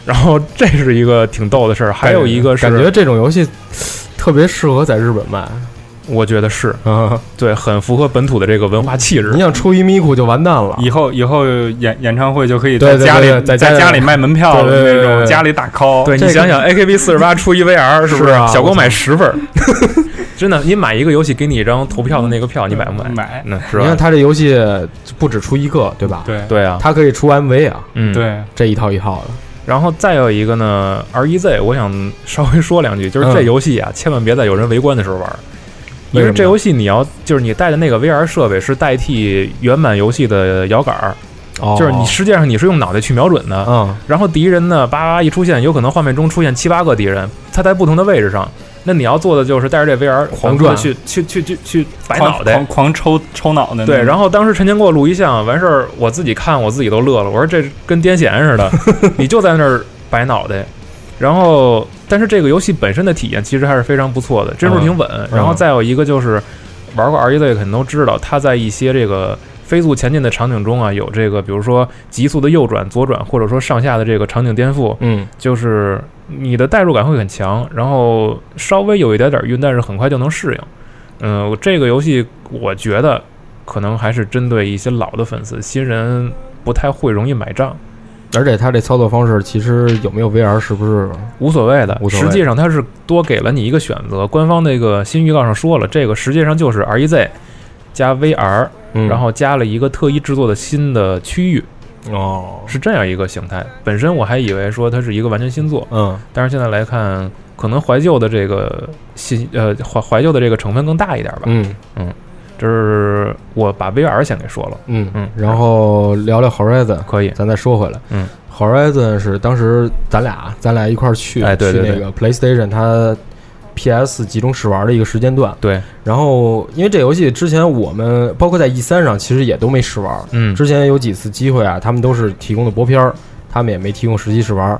S4: 然后这是一个挺逗的事儿，还有一个是，
S9: 感觉这种游戏特别适合在日本卖
S4: 我觉得是
S9: 啊！
S4: 对，很符合本土的这个文化气质
S9: 你。想出一咪咕就完蛋了，
S8: 以后以后演演唱会就可以
S9: 对
S8: 在
S9: 对
S8: 家里
S9: 对在家里
S8: 家里卖门票
S9: 对对
S8: 的
S9: 对
S8: 那
S9: 对对
S8: 种，家里打 call。
S4: 对
S9: 这
S4: 你
S9: 个
S4: 想想，AKB 四十八出一 VR 是不
S9: 是啊
S4: 小
S9: 我
S4: 光
S9: 操
S4: 买 十份儿，真的，你买一个游戏给你一张投票的那个票，你买不买？
S8: 买
S4: 那是
S9: 你看
S4: 吧？
S9: 嗯他这游戏不只出一个，对吧？，
S8: 对
S4: 对啊，
S9: 他可以出 MV 啊，
S4: 嗯，。
S8: 对，
S9: 这一套一套的。
S4: 然后再有一个呢，R E Z，我想稍微说两句，就是这
S9: 嗯
S4: 游戏啊，千万别在有人围观的时候玩儿，因
S9: 为什
S4: 为
S9: 么
S4: 这
S9: 呢
S4: 游戏你要就是你带的那个 VR 设备是代替原版游戏的摇杆儿，
S9: 哦
S4: 就是你实际上你是用脑袋去瞄准的，
S9: 嗯，
S4: 然后敌人呢叭叭一出现，有可能画面中出现七八个敌人，他在不同的位置上。那你要做的就是带着这 VR
S9: 狂转
S4: 去去去去去摆
S8: 狂
S4: 脑袋
S8: 狂，狂抽抽脑袋那种。
S4: 对，然后当时陈建给我录一像，完事儿我自己看我自己都乐了，我说这跟癫痫似 的，你就在那儿摆脑袋。然后，但是这个游戏本身的体验其实还是非常不错的，帧数
S8: 嗯
S4: 挺稳。然后再有一个就是玩过 R E Z 肯定都知道，它在一些这个飞速前进的场景中啊，有这个比如说急速的右转、左转，或者说上下的这个场景颠覆，
S9: 嗯，
S4: 就是你的代入感会很强，然后稍微有一点点晕，但是很快就能适应。嗯、我这个游戏我觉得可能还是针对一些老的粉丝，新人不太会容易买账，
S9: 而且他这操作方式其实有没有 VR 是不是？
S4: 无所谓的。
S9: 无所谓
S4: 实际上它是多给了你一个选择，官方那个新预告上说了，这个实际上就是 R E Z 加 VR，、
S9: 嗯
S4: 然后加了一个特意制作的新的区域，
S9: 哦，
S4: 是这样一个形态。本身我还以为说它是一个完全新作，
S9: 嗯，
S4: 但是现在来看，可能怀旧的这个信呃怀怀旧的这个成分更大一点吧。
S9: 嗯
S4: 这是我把 VR 先给说了，
S9: 嗯
S4: 嗯
S9: 然后聊聊 Horizon，
S4: 可以，
S9: 咱再说回来，
S4: 嗯
S9: ，Horizon 是当时咱俩咱俩一块儿去，
S4: 哎对对
S9: 去那个 PlayStation 它 PS 集中试玩的一个时间段。
S4: 对，
S9: 然后因为这游戏之前我们包括在 E 三上其实也都没试玩，
S4: 嗯，
S9: 之前有几次机会啊，他们都是提供的薄片儿，他们也没提供实际试玩。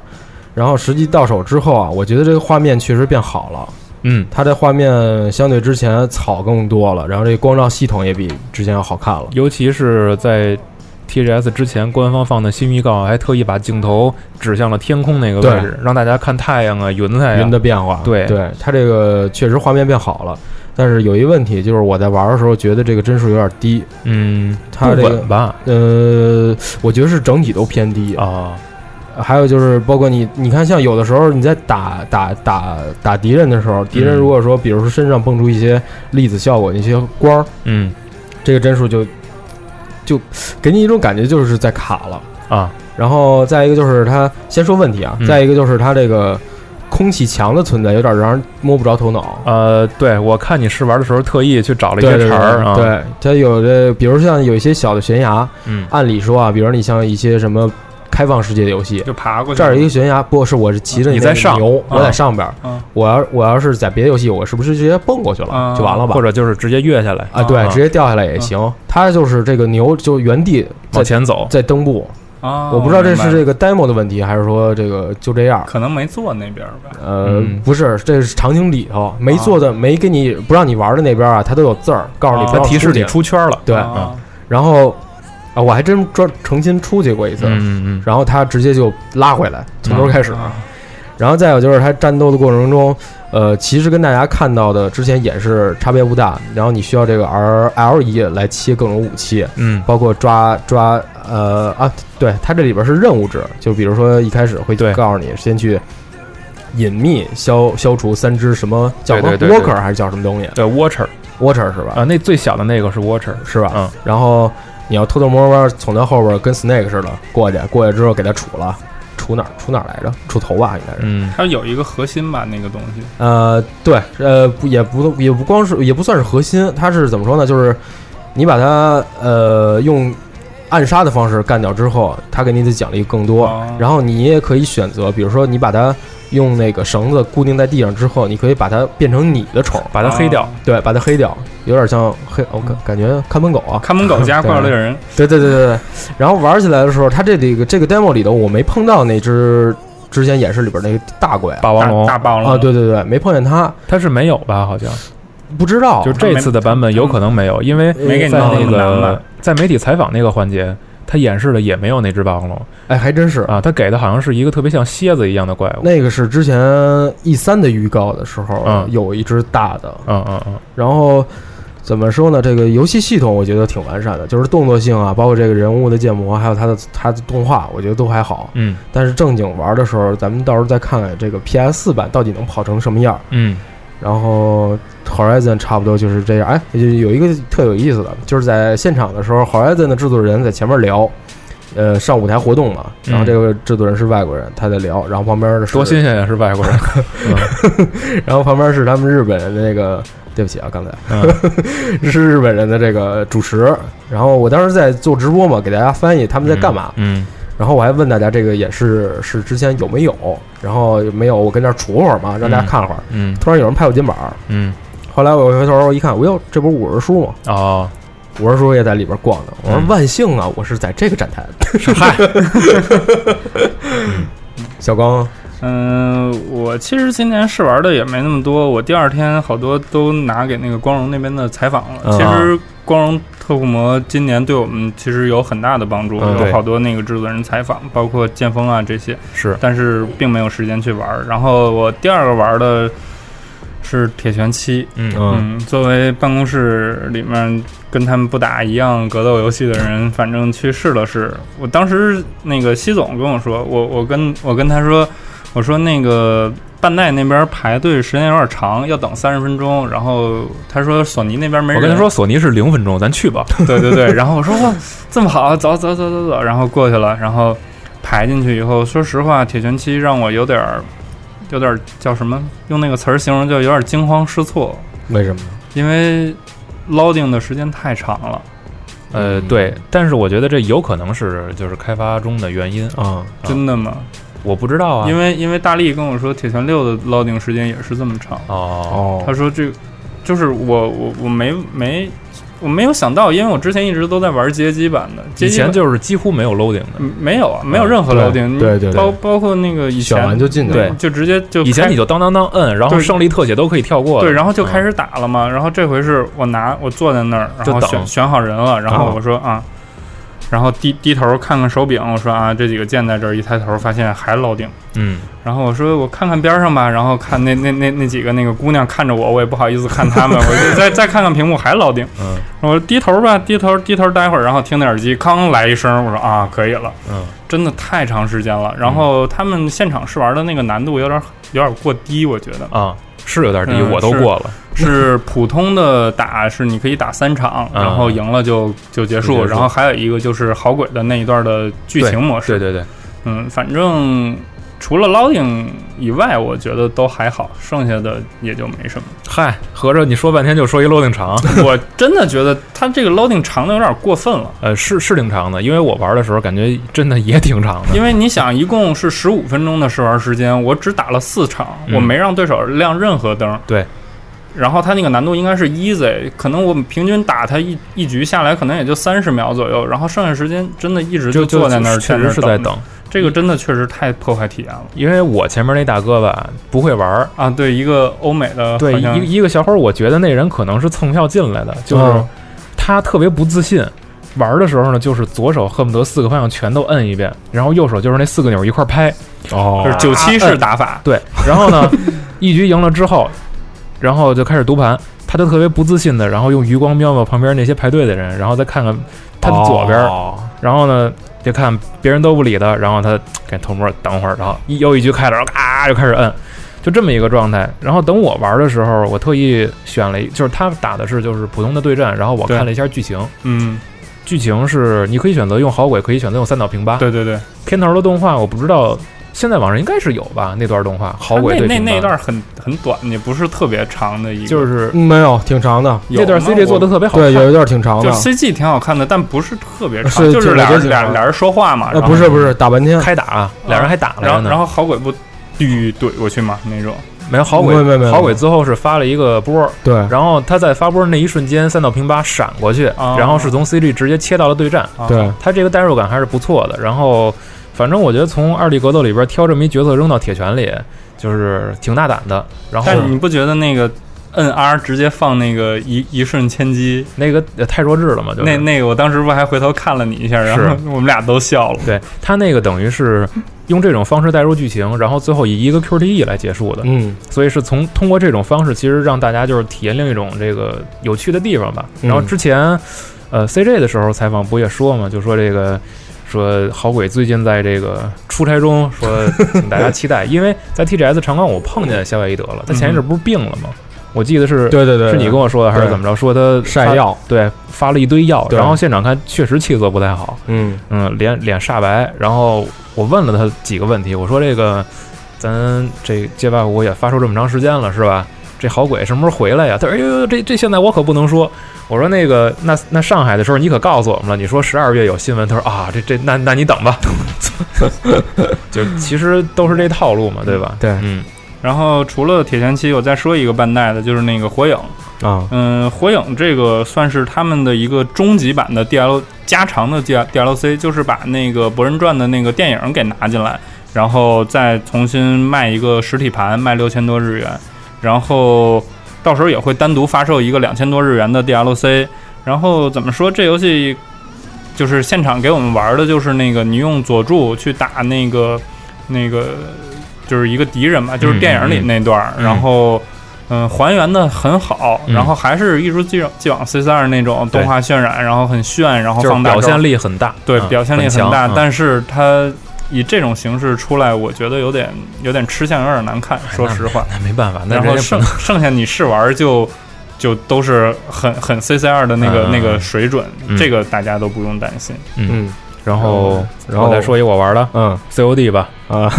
S9: 然后实际到手之后啊，我觉得这个画面确实变好了，
S4: 嗯，
S9: 它这画面相对之前草更多了，然后这光照系统也比之前要好看了。
S4: 尤其是在 TGS 之前，官方放的新预告还特意把镜头指向了天空那个位置，让大家看太阳啊、云彩
S9: 云
S4: 啊。
S9: 的变化，
S4: 对
S9: 对，它这个确实画面变好了，但是有一问题就是我在玩的时候觉得这个帧数有点低，
S4: 嗯，
S9: 它
S4: 不
S9: 这
S4: 稳
S9: 个
S4: 吧？
S9: 呃，我觉得是整体都偏低。
S4: 啊，
S9: 还有就是包括你，你看像有的时候你在打打打打敌人的时候，敌人
S4: 嗯
S9: 如果说比如说身上蹦出一些粒子效果、一些光儿，
S4: 嗯
S9: 这个帧数就就给你一种感觉就是在卡了。
S4: 啊，
S9: 然后再一个就是它，先说问题啊，
S4: 嗯
S9: 再一个就是它这个空气墙的存在有点让人摸不着头脑。
S4: 呃，对我看你试玩的时候特意去找了一
S9: 对
S4: 些
S9: 对
S4: 茬儿啊，
S9: 对，对它有的，比如像有一些小的悬崖，
S4: 嗯
S9: 按理说啊，比如你像一些什么开放世界的游戏，
S8: 就爬过去。
S9: 这儿有一个悬崖，不是我是骑着
S4: 你
S9: 那
S4: 在
S9: 个
S4: 上
S9: 牛，我在
S4: 啊
S9: 上边儿
S8: 嗯。
S9: 我要我要是在别的游戏，我是不是直接蹦过去了
S8: 啊
S9: 就完了吧
S4: 或？者就是直接跃下来
S9: 啊，对，
S4: 啊
S9: 直接掉下来也行。它就是这个牛就原地在
S4: 往前走，
S9: 在蹬步，
S8: 啊，
S9: 我不知道这是
S8: 明白
S9: 这个 demo 的问题，还是说这个就这样。
S8: 可能没坐那边吧。
S9: 呃
S4: 嗯，
S9: 不是，这是场景里头没做的，没给你不让你玩的那边啊，它都有字儿告诉你
S8: 啊
S9: 不
S4: 它
S9: 要
S4: 提示
S9: 去
S4: 你出圈了。
S9: 对，
S8: 啊
S9: 然后啊，我还真专诚心出去过一次，
S4: 嗯嗯
S9: 然后他直接就拉回来，从头开始。
S8: 啊
S9: 然后再有就是他战斗的过程中，呃，其实跟大家看到的之前也是差别不大。然后你需要这个 R L 一来切各种武器，
S4: 嗯
S9: 包括抓抓呃啊，对，它这里边是任务制，就比如说一开始会
S4: 对
S9: 告诉你先去隐秘消消除三只什么叫什么
S4: 对对对对
S9: Walker 还是叫什么东西
S4: 嗯，对，Watcher
S9: Watcher 是吧？
S4: 啊，那最小的那个是 Watcher，
S9: 是吧？
S4: 嗯
S9: 然后你要偷偷摸摸从他后边跟 Snake 似的过去，过去之后给他杵了，杵哪儿？杵哪儿来着？杵头吧，应该是。
S4: 嗯，
S8: 它有一个核心吧，那个东西。
S9: 呃，对，呃，不也不也不光是也不算是核心，它是怎么说呢？就是你把它呃用暗杀的方式干掉之后，它给你的奖励更多。
S8: 哦
S9: 然后你也可以选择，比如说你把它用那个绳子固定在地上之后，你可以把它变成你的宠，
S4: 把它
S8: 哦
S4: 黑掉。
S9: 对，把它黑掉，有点像黑，我、感感觉看门狗啊，
S8: 看门狗加怪猎 人，
S9: 对对对对对。然后玩起来的时候，它这里个这个 demo 里头我没碰到那只之前演示里边那个大鬼
S4: 霸王龙
S8: 大大暴龙
S9: 啊，对对对，没碰见它，
S4: 它是没有吧？好像
S9: 不知道
S4: 就这次的版本有可能没有，因为
S8: 没给你
S4: 在
S8: 弄
S4: 那
S8: 那么难
S4: 个
S8: 吧
S4: 在媒体采访那个环节，它演示的也没有那只霸王龙
S9: 哎，还真是。
S4: 啊，它给的好像是一个特别像蝎子一样的怪物。
S9: 那个是之前 E 三的预告的时候，
S4: 嗯
S9: 有一只大的，
S4: 嗯嗯嗯，
S9: 然后怎么说呢？这个游戏系统我觉得挺完善的，就是动作性啊，包括这个人物的建模，还有它的它的动画，我觉得都还好。
S4: 嗯
S9: 但是正经玩的时候，咱们到时候再看看这个 PS 四版到底能跑成什么样儿。
S4: 嗯
S9: 然后 Horizon 差不多就是这样。哎，就有一个特有意思的，就是在现场的时候，Horizon 的制作人在前面聊。呃，上舞台活动嘛，然后
S4: 嗯
S9: 这个制作人是外国人，他在聊，然后旁边的是
S4: 多新鲜呀，是外国人。
S9: 然后旁边是他们日本人的那个， 对不起啊，刚才、
S4: 嗯
S9: 是日本人的这个主持。然后我当时在做直播嘛，给大家翻译他们在干嘛。
S4: 嗯
S9: 然后我还问大家这个演示是之前有没有，然后没有，我跟那儿杵会儿嘛，让大家看会儿。
S4: 嗯
S9: 突然有人拍我肩膀，
S4: 嗯，
S9: 后来我回头一看，我哟，这不是五十叔吗？
S4: 哦，
S9: 五十叔也在里边逛呢。我说
S4: 嗯
S9: 万幸啊，我是在这个展台。 嗯小刚，
S8: 嗯，我其实今年试玩的也没那么多，我第二天好多都拿给那个光荣那边的采访了。
S4: 啊
S9: 嗯
S8: 其实光荣特库摩今年对我们其实有很大的帮助，
S9: 嗯
S8: 有
S4: 对
S8: 好多那个制作人采访，包括剑锋啊这些，
S4: 是
S8: 但是并没有时间去玩儿。然后我第二个玩的是铁拳七，
S4: 嗯
S9: 嗯，
S8: 嗯，作为办公室里面跟他们不打一样格斗游戏的人，反正去试了试。我当时那个西总跟我说，我我跟我跟他说，我说那个半代那边排队时间有点长，要等三十分钟。然后他说索尼那边没
S4: 我
S8: 人，
S4: 跟他说索尼是零分钟，咱去吧。
S8: 对对对，然后我说哇，这么好，走走走走走，然后过去了，然后排进去以后，说实话，铁拳七让我有点儿，有点儿叫什么，用那个词儿形容就有点惊慌失措，
S9: 为什么呢？
S8: 因为 loading 的时间太长了。
S4: 呃，对，但是我觉得这有可能是就是开发中的原因，
S9: 啊，
S8: 真的吗？
S4: 我不知道啊。
S8: 因为因为大力跟我说，铁拳六的 loading 时间也是这么长。
S4: 哦，
S9: 哦
S8: 他，说这个就是我我我没没我没有想到，因为我之前一直都在玩街机版的，街
S4: 以
S8: 机版
S4: 前就是几乎没有 loading 的，
S8: 嗯没有啊，没有任何
S9: 对
S8: loading，
S9: 对对对
S8: 包包括那个以
S9: 选完
S8: 前
S9: 就进去了。
S8: 就直接就
S4: 以前
S8: 开
S4: 你就当当当摁，然后
S8: 对
S4: 胜利特写都可以跳过的。
S8: 对，然后就
S4: 嗯
S8: 开始打了嘛。然后这回是我拿我坐在那儿，然
S4: 就
S8: 后
S4: 等
S8: 选选好人了，然后
S4: 啊
S8: 我说啊，然后低低头看看手柄，我说啊这几个键在这儿，一抬头发现还 loading。
S4: 嗯，
S8: 然后我说我看看边上吧，然后看那那那那几个那个姑娘看着我，我也不好意思看 她们，我就再再看看屏幕还老顶。
S4: 嗯，
S8: 我低头吧，低头低头待会儿，然后听那耳机康来一声，我说啊可以了。
S4: 嗯，
S8: 真的太长时间了。然后他们现场试玩的那个难度有点有点过低，我觉得
S4: 啊，是有点低，
S8: 嗯
S4: 我都过了。
S8: 是普通的打是你可以打三场，
S4: 嗯
S8: 然后赢了就就结
S4: 就
S8: 束，
S4: 结束
S8: 然后还有一个就是好鬼的那一段的剧情模式
S4: 对。对对，
S8: 嗯，反正除了 loading 以外，我觉得都还好，剩下的也就没什么。
S4: 嗨，合着你说半天就说一 loading 长，
S8: 我真的觉得它这个 loading 长的有点过分了，
S4: 呃，是是挺长的，因为我玩的时候感觉真的也挺长的。
S8: 因为你想，一共是十五分钟的试玩时间，我只打了四场，
S4: 嗯
S8: 我没让对手亮任何灯。
S4: 对。
S8: 然后它那个难度应该是 easy，可能我们平均打它一一局下来，可能也就三十秒左右，然后剩下时间真的一直
S4: 就
S8: 坐在那儿，
S4: 确实是在
S8: 等
S4: 等
S8: 着，，这个真的确实太破坏体验了
S4: 因为我前面那大哥吧不会玩儿，
S8: 啊！对，一个欧美的
S4: 对
S8: 好像
S4: 一一个小伙儿，我觉得那人可能是蹭票进来的，就是
S9: 嗯
S4: 他特别不自信。玩儿的时候呢，就是左手恨不得四个方向全都摁一遍，然后右手就是那四个钮一块儿拍，
S9: 哦
S8: 就是九七
S4: 啊
S8: 式
S4: 嗯
S8: 打法，
S4: 对，然后呢，一局赢了之后，然后就开始读盘，他就特别不自信的，然后用余光瞄瞄旁边那些排队的人，然后再看看他的左边，
S9: 哦
S4: 然后呢，就看别人都不理他，然后他给偷摸等会儿，然后一又一局开了，然后咔就开始摁，就这么一个状态。然后等我玩的时候，我特意选了一，就是他打的是就是普通的对战，然后我
S8: 对
S4: 看了一下剧情，
S8: 嗯，
S4: 剧情是你可以选择用好鬼，可以选择用三岛平八。
S8: 对对对，
S4: 片头的动画我不知道。现在网上应该是有吧，那段动画好鬼
S8: 啊
S4: 对
S8: 那那
S4: 平八
S8: 那一段很很短，也不是特别长的一个，
S4: 就是
S9: 嗯没有，挺长的。
S8: 有
S4: 那段
S8: 吗
S4: CG 做的
S8: 我
S4: 特别好
S9: 对，
S4: 看，
S9: 有一段挺长
S8: 就
S9: 的。
S8: CG 挺好看的，但不是特别长，
S9: 是
S8: 就是
S9: 挺
S8: 俩
S9: 我觉得
S8: 人
S9: 挺
S8: 俩
S9: 长
S8: 俩人说话嘛，
S9: 呃，
S8: 然后
S9: 不是不是，打半天，
S4: 啊开打，俩人还打
S8: 啊然
S4: 来
S8: 后
S4: 呢。
S8: 然后好鬼不地狱怼过去嘛那种。
S4: 没有好鬼，
S9: 没没没
S4: 好鬼最后是发了一个波儿，
S9: 对，
S4: 然后他在发波儿那一瞬间，三道平八闪过去，
S8: 哦
S4: 然后是从 CG 直接切到了对战，
S8: 啊、
S9: 对，
S4: 他这个代入感还是不错的。然后，反正我觉得从二 D 格斗里边挑这么一角色扔到铁拳里，就是挺大胆的。然后
S8: 但是你不觉得那个摁 R 直接放那个一一瞬千机，
S4: 那个呃太弱智了嘛，就是
S8: 那那个我当时不还回头看了你一下，然后我们俩都笑了。
S4: 对他那个等于是用这种方式带入剧情，然后最后以一个 QTE 来结束的，
S9: 嗯
S4: 所以是从通过这种方式，其实让大家就是体验另一种这个有趣的地方吧。
S9: 嗯
S4: 然后之前，呃，CJ 的时候采访不也说嘛，就说这个。说好鬼最近在这个出差中，说请大家期 待，因为在 TGS 场馆我碰见夏威夷德了，他前一阵不是病了吗？我记得是，
S9: 嗯对对对，
S4: 是你跟我说的还是
S9: 对
S4: 怎么着？说他
S9: 晒
S4: 发，
S9: 药，
S4: 对，发了一堆药，
S9: 对
S4: 然后现场看确实气色不太好，
S9: 嗯
S4: 嗯，脸脸煞白。然后我问了他几个问题，我说这个咱这街霸五也发售这么长时间了，是吧？这好鬼什么时候回来呀？他说：“哎呦，这这现在我可不能说。”我说：“那个，那那上海的时候你可告诉我们了，你说十二月有新闻。”他说：“啊，这这那那你等吧。” 就其实都是这套路嘛，对吧？
S9: 对
S4: 嗯，
S8: 然后除了铁拳七，我再说一个半代的，就是那个火影。
S9: 啊，
S8: 嗯，火影这个算是他们的一个终极版的 D L 加长的 D D L C，就是把那个《博人传》的那个电影给拿进来，然后再重新卖一个实体盘，卖六千多日元，然后到时候也会单独发售一个两千多日元的 D L C。然后怎么说这游戏就是现场给我们玩的，就是那个你用佐助去打那个那个就是一个敌人嘛，就是电影里那段儿，
S4: 嗯嗯
S8: 然后。嗯，还原的很好，
S4: 嗯
S8: 然后还是一如既往既往 C 3二那种动画渲染，然后很炫，然后
S4: 就是
S8: 放大
S4: 表现
S8: 招
S4: 力很大，
S8: 对
S4: 嗯
S8: 表现力
S4: 很强
S8: 大，
S4: 嗯
S8: 但是它以这种形式出来，我觉得有点有点吃相，有点难看，说实话。
S4: 哎那没办法，那
S8: 然后
S4: 人家不
S8: 剩
S4: 能
S8: 剩下你试玩就就都是很很 C C 二的那个、
S4: 嗯
S8: 那个水准，
S4: 嗯
S8: 这个大家都不用担心。
S9: 嗯
S4: 然后，
S9: 然后
S4: 我再说一我玩的，
S9: 嗯
S4: COD 吧，
S9: 啊，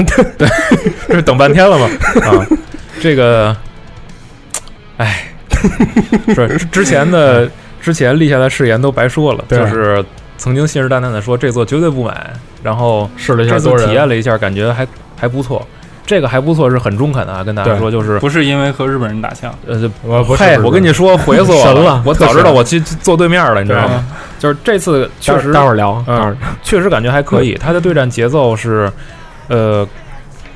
S4: 这是等半 天了吗？啊，这个，哎，是之之前 的之前立下的誓言都白说了，
S9: 对啊
S4: 就是曾经信誓旦旦的说这座绝对不买，然后
S9: 试了一
S4: 这
S9: 下
S4: 次
S9: 多人
S4: 体验了一下，感觉还还不错。这个还不错，是很中肯的啊，跟大家
S9: 对
S4: 说就是，
S8: 不是因为和日本人 打枪，
S4: 呃，就
S9: 我不是
S4: 嗨，
S9: 不是
S4: 我跟你说，回死我
S9: 神了
S4: 我
S9: 特
S4: 早知
S9: 神
S4: 道我去去坐对面了，你知道
S8: 对
S4: 吗？就是这次确实
S9: 啊待会儿嗯聊，
S4: 嗯
S9: 待会儿
S4: 确实感觉还可以，他的对战节奏是，呃，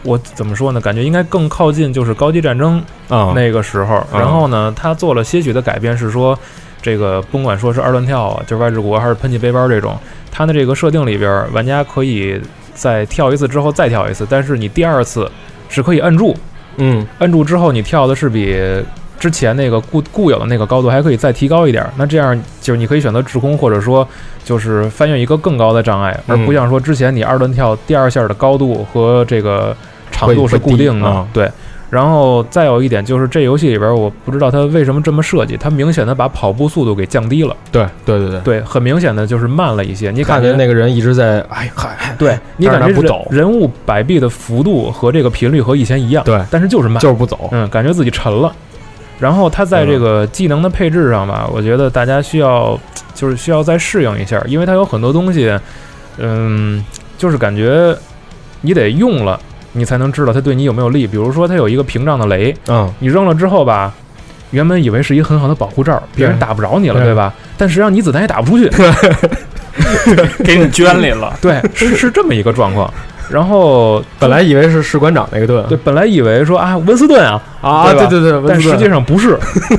S4: 我怎么说呢？感觉应该更靠近就是高级战争
S9: 啊，
S4: 那个时候。
S9: 嗯
S4: 然后呢，他做了些许的改变，是说这个甭管说是二段跳啊，就是外之国还是喷气背包这种，它的这个设定里边，玩家可以在跳一次之后再跳一次，但是你第二次是可以摁住，
S9: 嗯
S4: 摁住之后你跳的是比。之前那个固固有的那个高度还可以再提高一点儿，那这样就是你可以选择滞空，或者说就是翻越一个更高的障碍，而
S9: 嗯
S4: 不像说之前你二段跳第二下的高度和这个长度是固定
S9: 会会低
S4: 的。
S9: 啊
S4: 对，然后再有一点就是这游戏里边，我不知道它为什么这么设计，它明显的把跑步速度给降低了，
S9: 对对对对，
S4: 对，很明显的就是慢了一些。你感
S9: 看
S4: 觉
S9: 见那个人一直在哎嗨，
S4: 对你
S9: 但是他
S4: 感觉
S9: 不
S4: 人
S9: 抖
S4: 人物摆臂的幅度和这个频率和以前一样，
S9: 对
S4: 但是就是慢，
S9: 就是不走，
S4: 嗯，感觉自己沉了。然后它在这个技能的配置上吧，我觉得大家需要就是需要再适应一下，因为它有很多东西，嗯，就是感觉你得用了，你才能知道它对你有没有利。比如说，它有一个屏障的雷，
S9: 嗯，
S4: 你扔了之后吧，原本以为是一个很好的保护罩，别人
S9: 对
S4: 打不着你了，
S9: 对
S4: 对吧？但实际上你子弹也打不 出去，。
S8: 给你捐里了
S4: 对，是是这么一个状况。然后
S9: 本来以为是士官长那个盾
S4: 对，本来以为说啊，温斯顿啊，
S9: 啊，
S4: 对吧
S9: 对对对，
S4: 但
S9: 温斯
S4: 实
S9: 顿
S4: 际上不 是。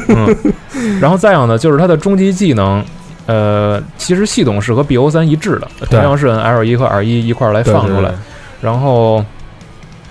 S4: 嗯，然后再有呢，就是它的终极技能，呃，其实系统是和 BO 三一致的，
S9: 对
S4: 同样是按 L 一和 R 一一块儿来
S9: 对对
S4: 放出来。
S9: 对
S4: 然后，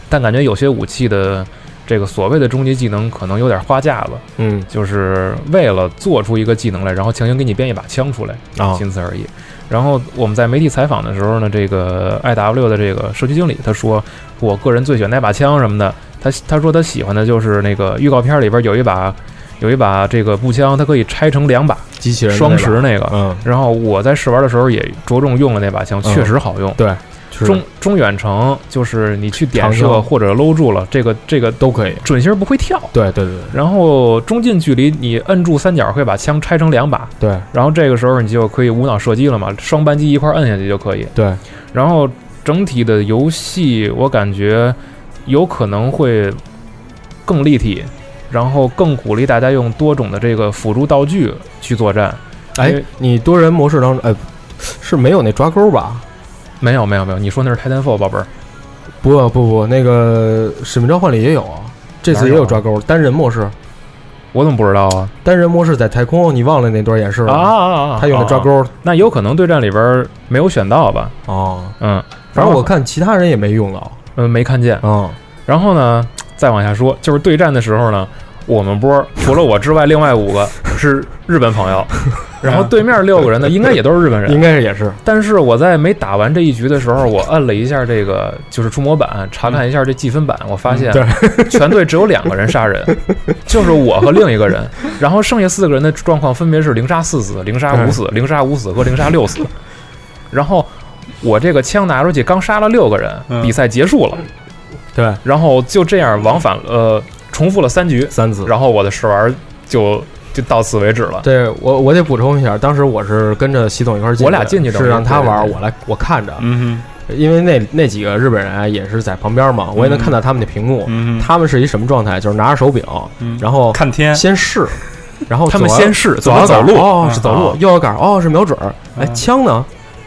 S4: 但感觉有些武器的这个所谓的终极技能可能有点花架子，
S9: 嗯
S4: 就是为了做出一个技能来，然后强行给你编一把枪出来，
S9: 啊
S4: 仅此而已。然后我们在媒体采访的时候呢，这个 I W 的这个社区经理他说，我个人最喜欢那把枪什么的。他他说他喜欢的就是那个预告片里边有一把有一把这个步枪，它可以拆成两把
S9: 机器人的那
S4: 双
S9: 个
S4: 持那个。
S9: 嗯
S4: 然后我在试玩的时候也着重用了那把枪，
S9: 嗯
S4: 确实好用。
S9: 对是
S4: 中中远程就是你去点
S9: 长
S4: 射
S9: 枪
S4: 或者搂住了，这个这个
S9: 都可以，
S4: 准星不会跳。
S9: 对对对对
S4: 然后中近距离你摁住三角会把枪拆成两把，
S9: 对
S4: 然后这个时候你就可以无脑射击了嘛，双扳机一块儿摁下去就可以。
S9: 对，
S4: 然后整体的游戏我感觉有可能会更立体，然后更鼓励大家用多种的这个辅助道具去作战。因
S9: 哎
S4: 为，
S9: 你多人模式当中，哎，是没有那抓钩吧？
S4: 没有没有没有，你说那是 Titanfall 宝贝儿，
S9: 不不不，那个《使命召唤》里也有啊，这次也有啊抓钩，单人模式，
S4: 我怎么不知道啊？
S9: 单人模式在太空，你忘了那段演示
S4: 啊
S9: 了？
S4: 啊啊！啊
S9: 他用的抓，
S4: 啊
S9: 钩
S4: 那有可能对战里边儿没有选到吧？
S9: 哦，
S4: 嗯，
S9: 反正我
S4: 看。
S9: 看其他人也没用到，
S4: 嗯，没看见。
S9: 嗯，
S4: 然后呢，再往下说，就是对战的时候呢，我们波儿除了我之外，另外五个是日本朋 友，然后对面六个人呢，应该也都是日本人。
S9: 应该是也是，
S4: 但是我在没打完这一局的时候，我摁了一下这个就是触摸板，查看一下这计分板，我发现
S9: 嗯对
S4: 全队只有两个人杀 人，就是我和另一个人，然后剩下四个人的状况分别是零杀四死、零杀五
S9: 嗯
S4: 死、零杀五死和零杀六死。然后我这个枪拿出去，刚杀了六个人，
S8: 嗯
S4: 比赛结束了，
S9: 对，
S4: 然后就这样往返呃重复了三局，
S9: 三次。
S4: 然后我的试玩就就到此为止了。
S9: 嗯对我我得补充一下，当时我是跟着习总一块儿进去的，
S4: 我俩进去的
S9: 是让他玩儿，
S4: 对对
S9: 我来我看着，
S8: 嗯
S9: 因为那那几个日本人啊也是在旁边嘛，
S4: 嗯
S9: 我也能看到他们的屏幕
S8: 哼，。嗯哼，
S9: 他们是一什么状态？就是拿着手柄，
S8: 嗯
S9: 然后
S8: 看天，
S9: 先 试，然后
S4: 他们
S9: 左
S4: 先试
S9: 左
S4: 怎么
S9: 摇
S4: 走
S9: 杆
S4: 路，
S9: 哦是走
S4: 啊
S9: 路，右摇杆哦是瞄准儿，哎
S8: 嗯
S9: 枪呢？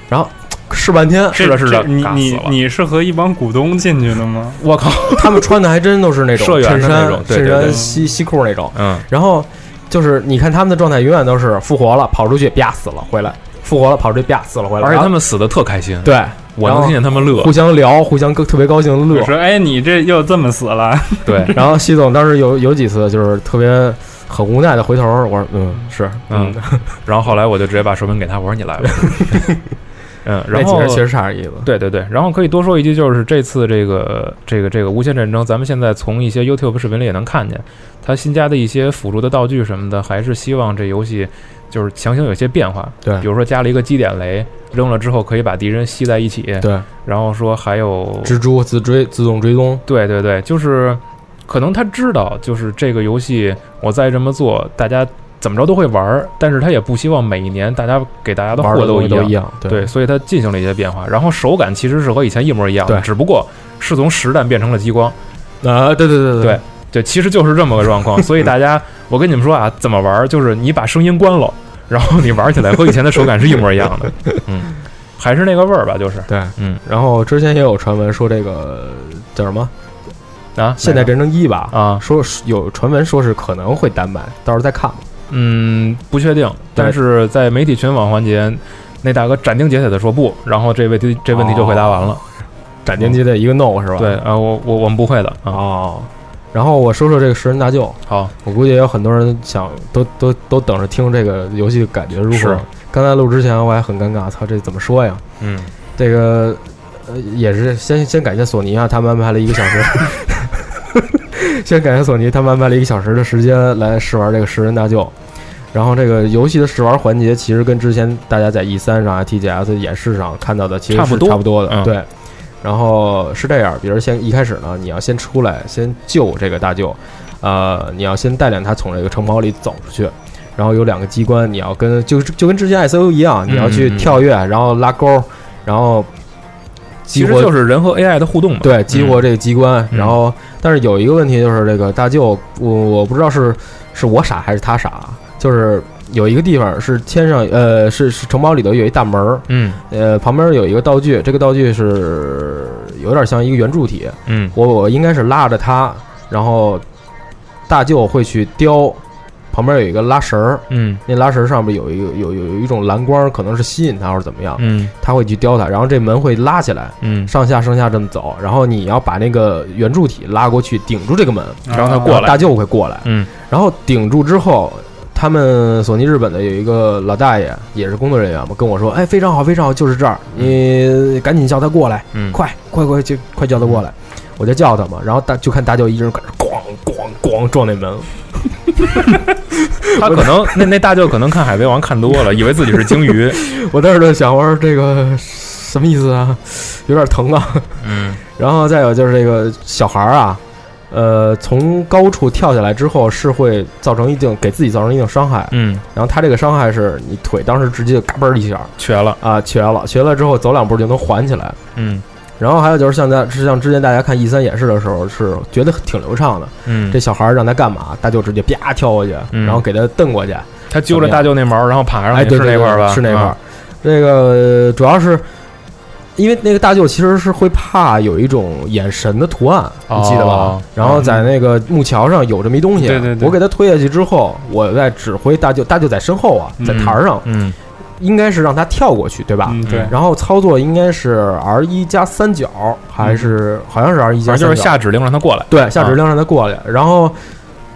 S9: 然后试半天，
S8: 这
S4: 是的是的
S8: 这你
S4: 尬死
S8: 你
S4: 了
S8: 你是和一帮股东进去的吗？
S4: 我靠，
S9: 他们穿的还真都是那种
S4: 社员的
S9: 衬
S4: 那
S9: 衫
S4: 种、对
S9: 衬
S4: 对对
S9: 衫西西裤那种，
S4: 嗯，
S9: 然后就是你看他们的状态永远都是复活了跑出去啪死了回来，复活了跑出去啪死了回来，
S4: 而且
S9: 然后
S4: 他们死的特开心，
S9: 对
S4: 我能听见他们乐
S9: 互。相聊，互相特别高兴地
S8: 我
S9: 乐。
S8: 说，哎，你这又这么死了，
S9: 啊
S4: 对，
S9: 然后习总当时有有几次就是特别很无奈的回头，我说嗯是
S4: 嗯，然后后来我就直接把手柄给他，我说你来 吧。嗯，
S9: 那
S4: 然
S9: 几个
S4: 后
S9: 人确实差点意思。
S4: 对对对，然后可以多说一句，就是这次这个这个这个无限战争，咱们现在从一些 YouTube 视频里也能看见，它新加的一些辅助的道具什么的，还是希望这游戏就是强行有些变化。
S9: 对
S4: 比如说加了一个击点雷，扔了之后可以把敌人吸在一起。
S9: 对，
S4: 然后说还有
S9: 蜘蛛自追自动追踪，
S4: 对对对，就是可能他知道，就是这个游戏我再这么做，大家怎么着都会玩儿，但是他也不希望每一年大家给大家的
S9: 玩
S4: 货
S9: 的东西
S4: 一样
S9: 都一。样。
S4: 对，所以它进行了一些变化，然后手感其实是和以前一模一样的，
S9: 对
S4: 只不过是从实弹变成了激光，
S9: 啊，对对对
S4: 对对，其实就是这么个状 况。所以大家，我跟你们说啊，怎么玩儿，就是你把声音关了， 然后你玩起来和以前的手感是一模一样的， 嗯，还是那个味儿吧，就是
S9: 对，
S4: 嗯。
S9: 然后之前也有传闻说这个叫什么
S4: 啊，
S9: 《现代战争一》吧，
S4: 啊，
S9: 说是有传闻说是可能会单买，到时候再看吧。
S4: 嗯，不确定，
S9: 对
S4: 但是在媒体群访环节，那大哥斩钉截铁的说不，然后这问题这问题就回答完了。
S9: 斩钉截铁一个 no 是吧？
S4: 对啊，我我我们不会的啊。
S9: 哦。然后我说说这个《食人大舅》，
S4: 好，
S9: 我估计也有很多人想都都都等着听这个游戏感觉如
S4: 是
S9: 何。刚才录之前我还很尴尬，操，这怎么说呀？
S4: 嗯，
S9: 这个呃也是先先感谢索尼啊，他们安排了一个小时， 先感谢索尼，他们安排了一个小时的时间来试玩这个《食人大舅》。然后这个游戏的试玩环节，其实跟之前大家在 E 三上啊、TGS 演示上看到的其实
S4: 差不
S9: 是
S4: 多
S9: 差不多的，
S4: 嗯
S9: 对。然后是这样，比如先一开始呢，你要先出来，先救这个大舅，呃，你要先带领他从这个城堡里走出去，然后有两个机关，你要跟就就跟之前 S O 一样，你要去
S4: 嗯嗯嗯
S9: 跳跃，然后拉钩，然后
S4: 其
S9: 激
S4: 实
S9: 活
S4: 就是人和 AI 的互动嘛。
S9: 对，激活这个机关，
S4: 嗯
S9: 然后但是有一个问题就是这个大舅，我我不知道是是我傻还是他傻，就是有一个地方是天上呃是是城堡里头有一大门儿，
S4: 嗯
S9: 呃旁边有一个道具，这个道具是有点像一个圆柱体，
S4: 嗯
S9: 我我应该是拉着他，然后大舅会去叼，旁边有一个拉绳儿，
S4: 嗯
S9: 那拉绳儿上面有一个有有有一种蓝光，可能是吸引他或者怎么样，
S4: 嗯
S9: 他会去叼它，然后这门会拉起来。
S4: 嗯，
S9: 上下上下这么走，然后你要把那个圆柱体拉过去，顶住这个门，
S8: 然
S4: 后他过来
S9: 大舅会过来，
S4: 嗯，
S9: 然后顶住之后，他们索尼日本的有一个老大爷，也是工作人员嘛，跟我说，哎，非常好，非常好，就是这儿，你赶紧叫他过来，
S4: 嗯
S9: 快快快就快叫他过来，我就叫他嘛，然后大就看大舅一人搁那咣咣咣撞那门，
S4: 他可能那那大舅可能看海贼王看多了，以为自己是鲸鱼。
S9: 我当时就想，我说这个什么意思啊，有点疼啊，
S4: 嗯
S9: 然后再有就是这个小孩儿啊，呃，从高处跳下来之后是会造成一定给自己造成一定伤害，
S4: 嗯，
S9: 然后他这个伤害是你腿当时直接嘎嘣儿一下
S4: 瘸了。
S9: 啊瘸了，瘸了之后走两步就能缓起来，
S4: 嗯
S9: 然后还有就是像在是像之前大家看 E 三演示的时候，是觉得挺流畅的。
S4: 嗯
S9: 这，小孩儿让他干嘛，大舅直接啪跳过去，
S4: 嗯
S9: 然后给他蹬过去。
S4: 他揪着大舅那毛，然后爬上
S9: 哎，
S4: 去，
S9: 对，
S4: 是
S9: 对
S4: 那
S9: 对
S4: 块儿吧？
S9: 是那块儿
S4: 啊。。
S9: 这个主要是因为那个大舅其实是会怕有一种眼神的图案，
S4: 哦嗯
S9: 你记得吧？然后在那个木桥上有这么一东西，啊
S8: 对对对
S9: 我给他推下去之后，我在指挥大舅，大舅在身后啊，在台儿上，
S4: 嗯，
S9: 应该是让他跳过去，对吧？
S8: 嗯，对，
S9: 然后操作应该是 R 一加三角，还是、好像是 R 一加
S4: 嗯反
S9: 三角，
S4: 正就是下指令让他过来。
S9: 对，下
S4: 啊
S9: 指令让他过来。然后，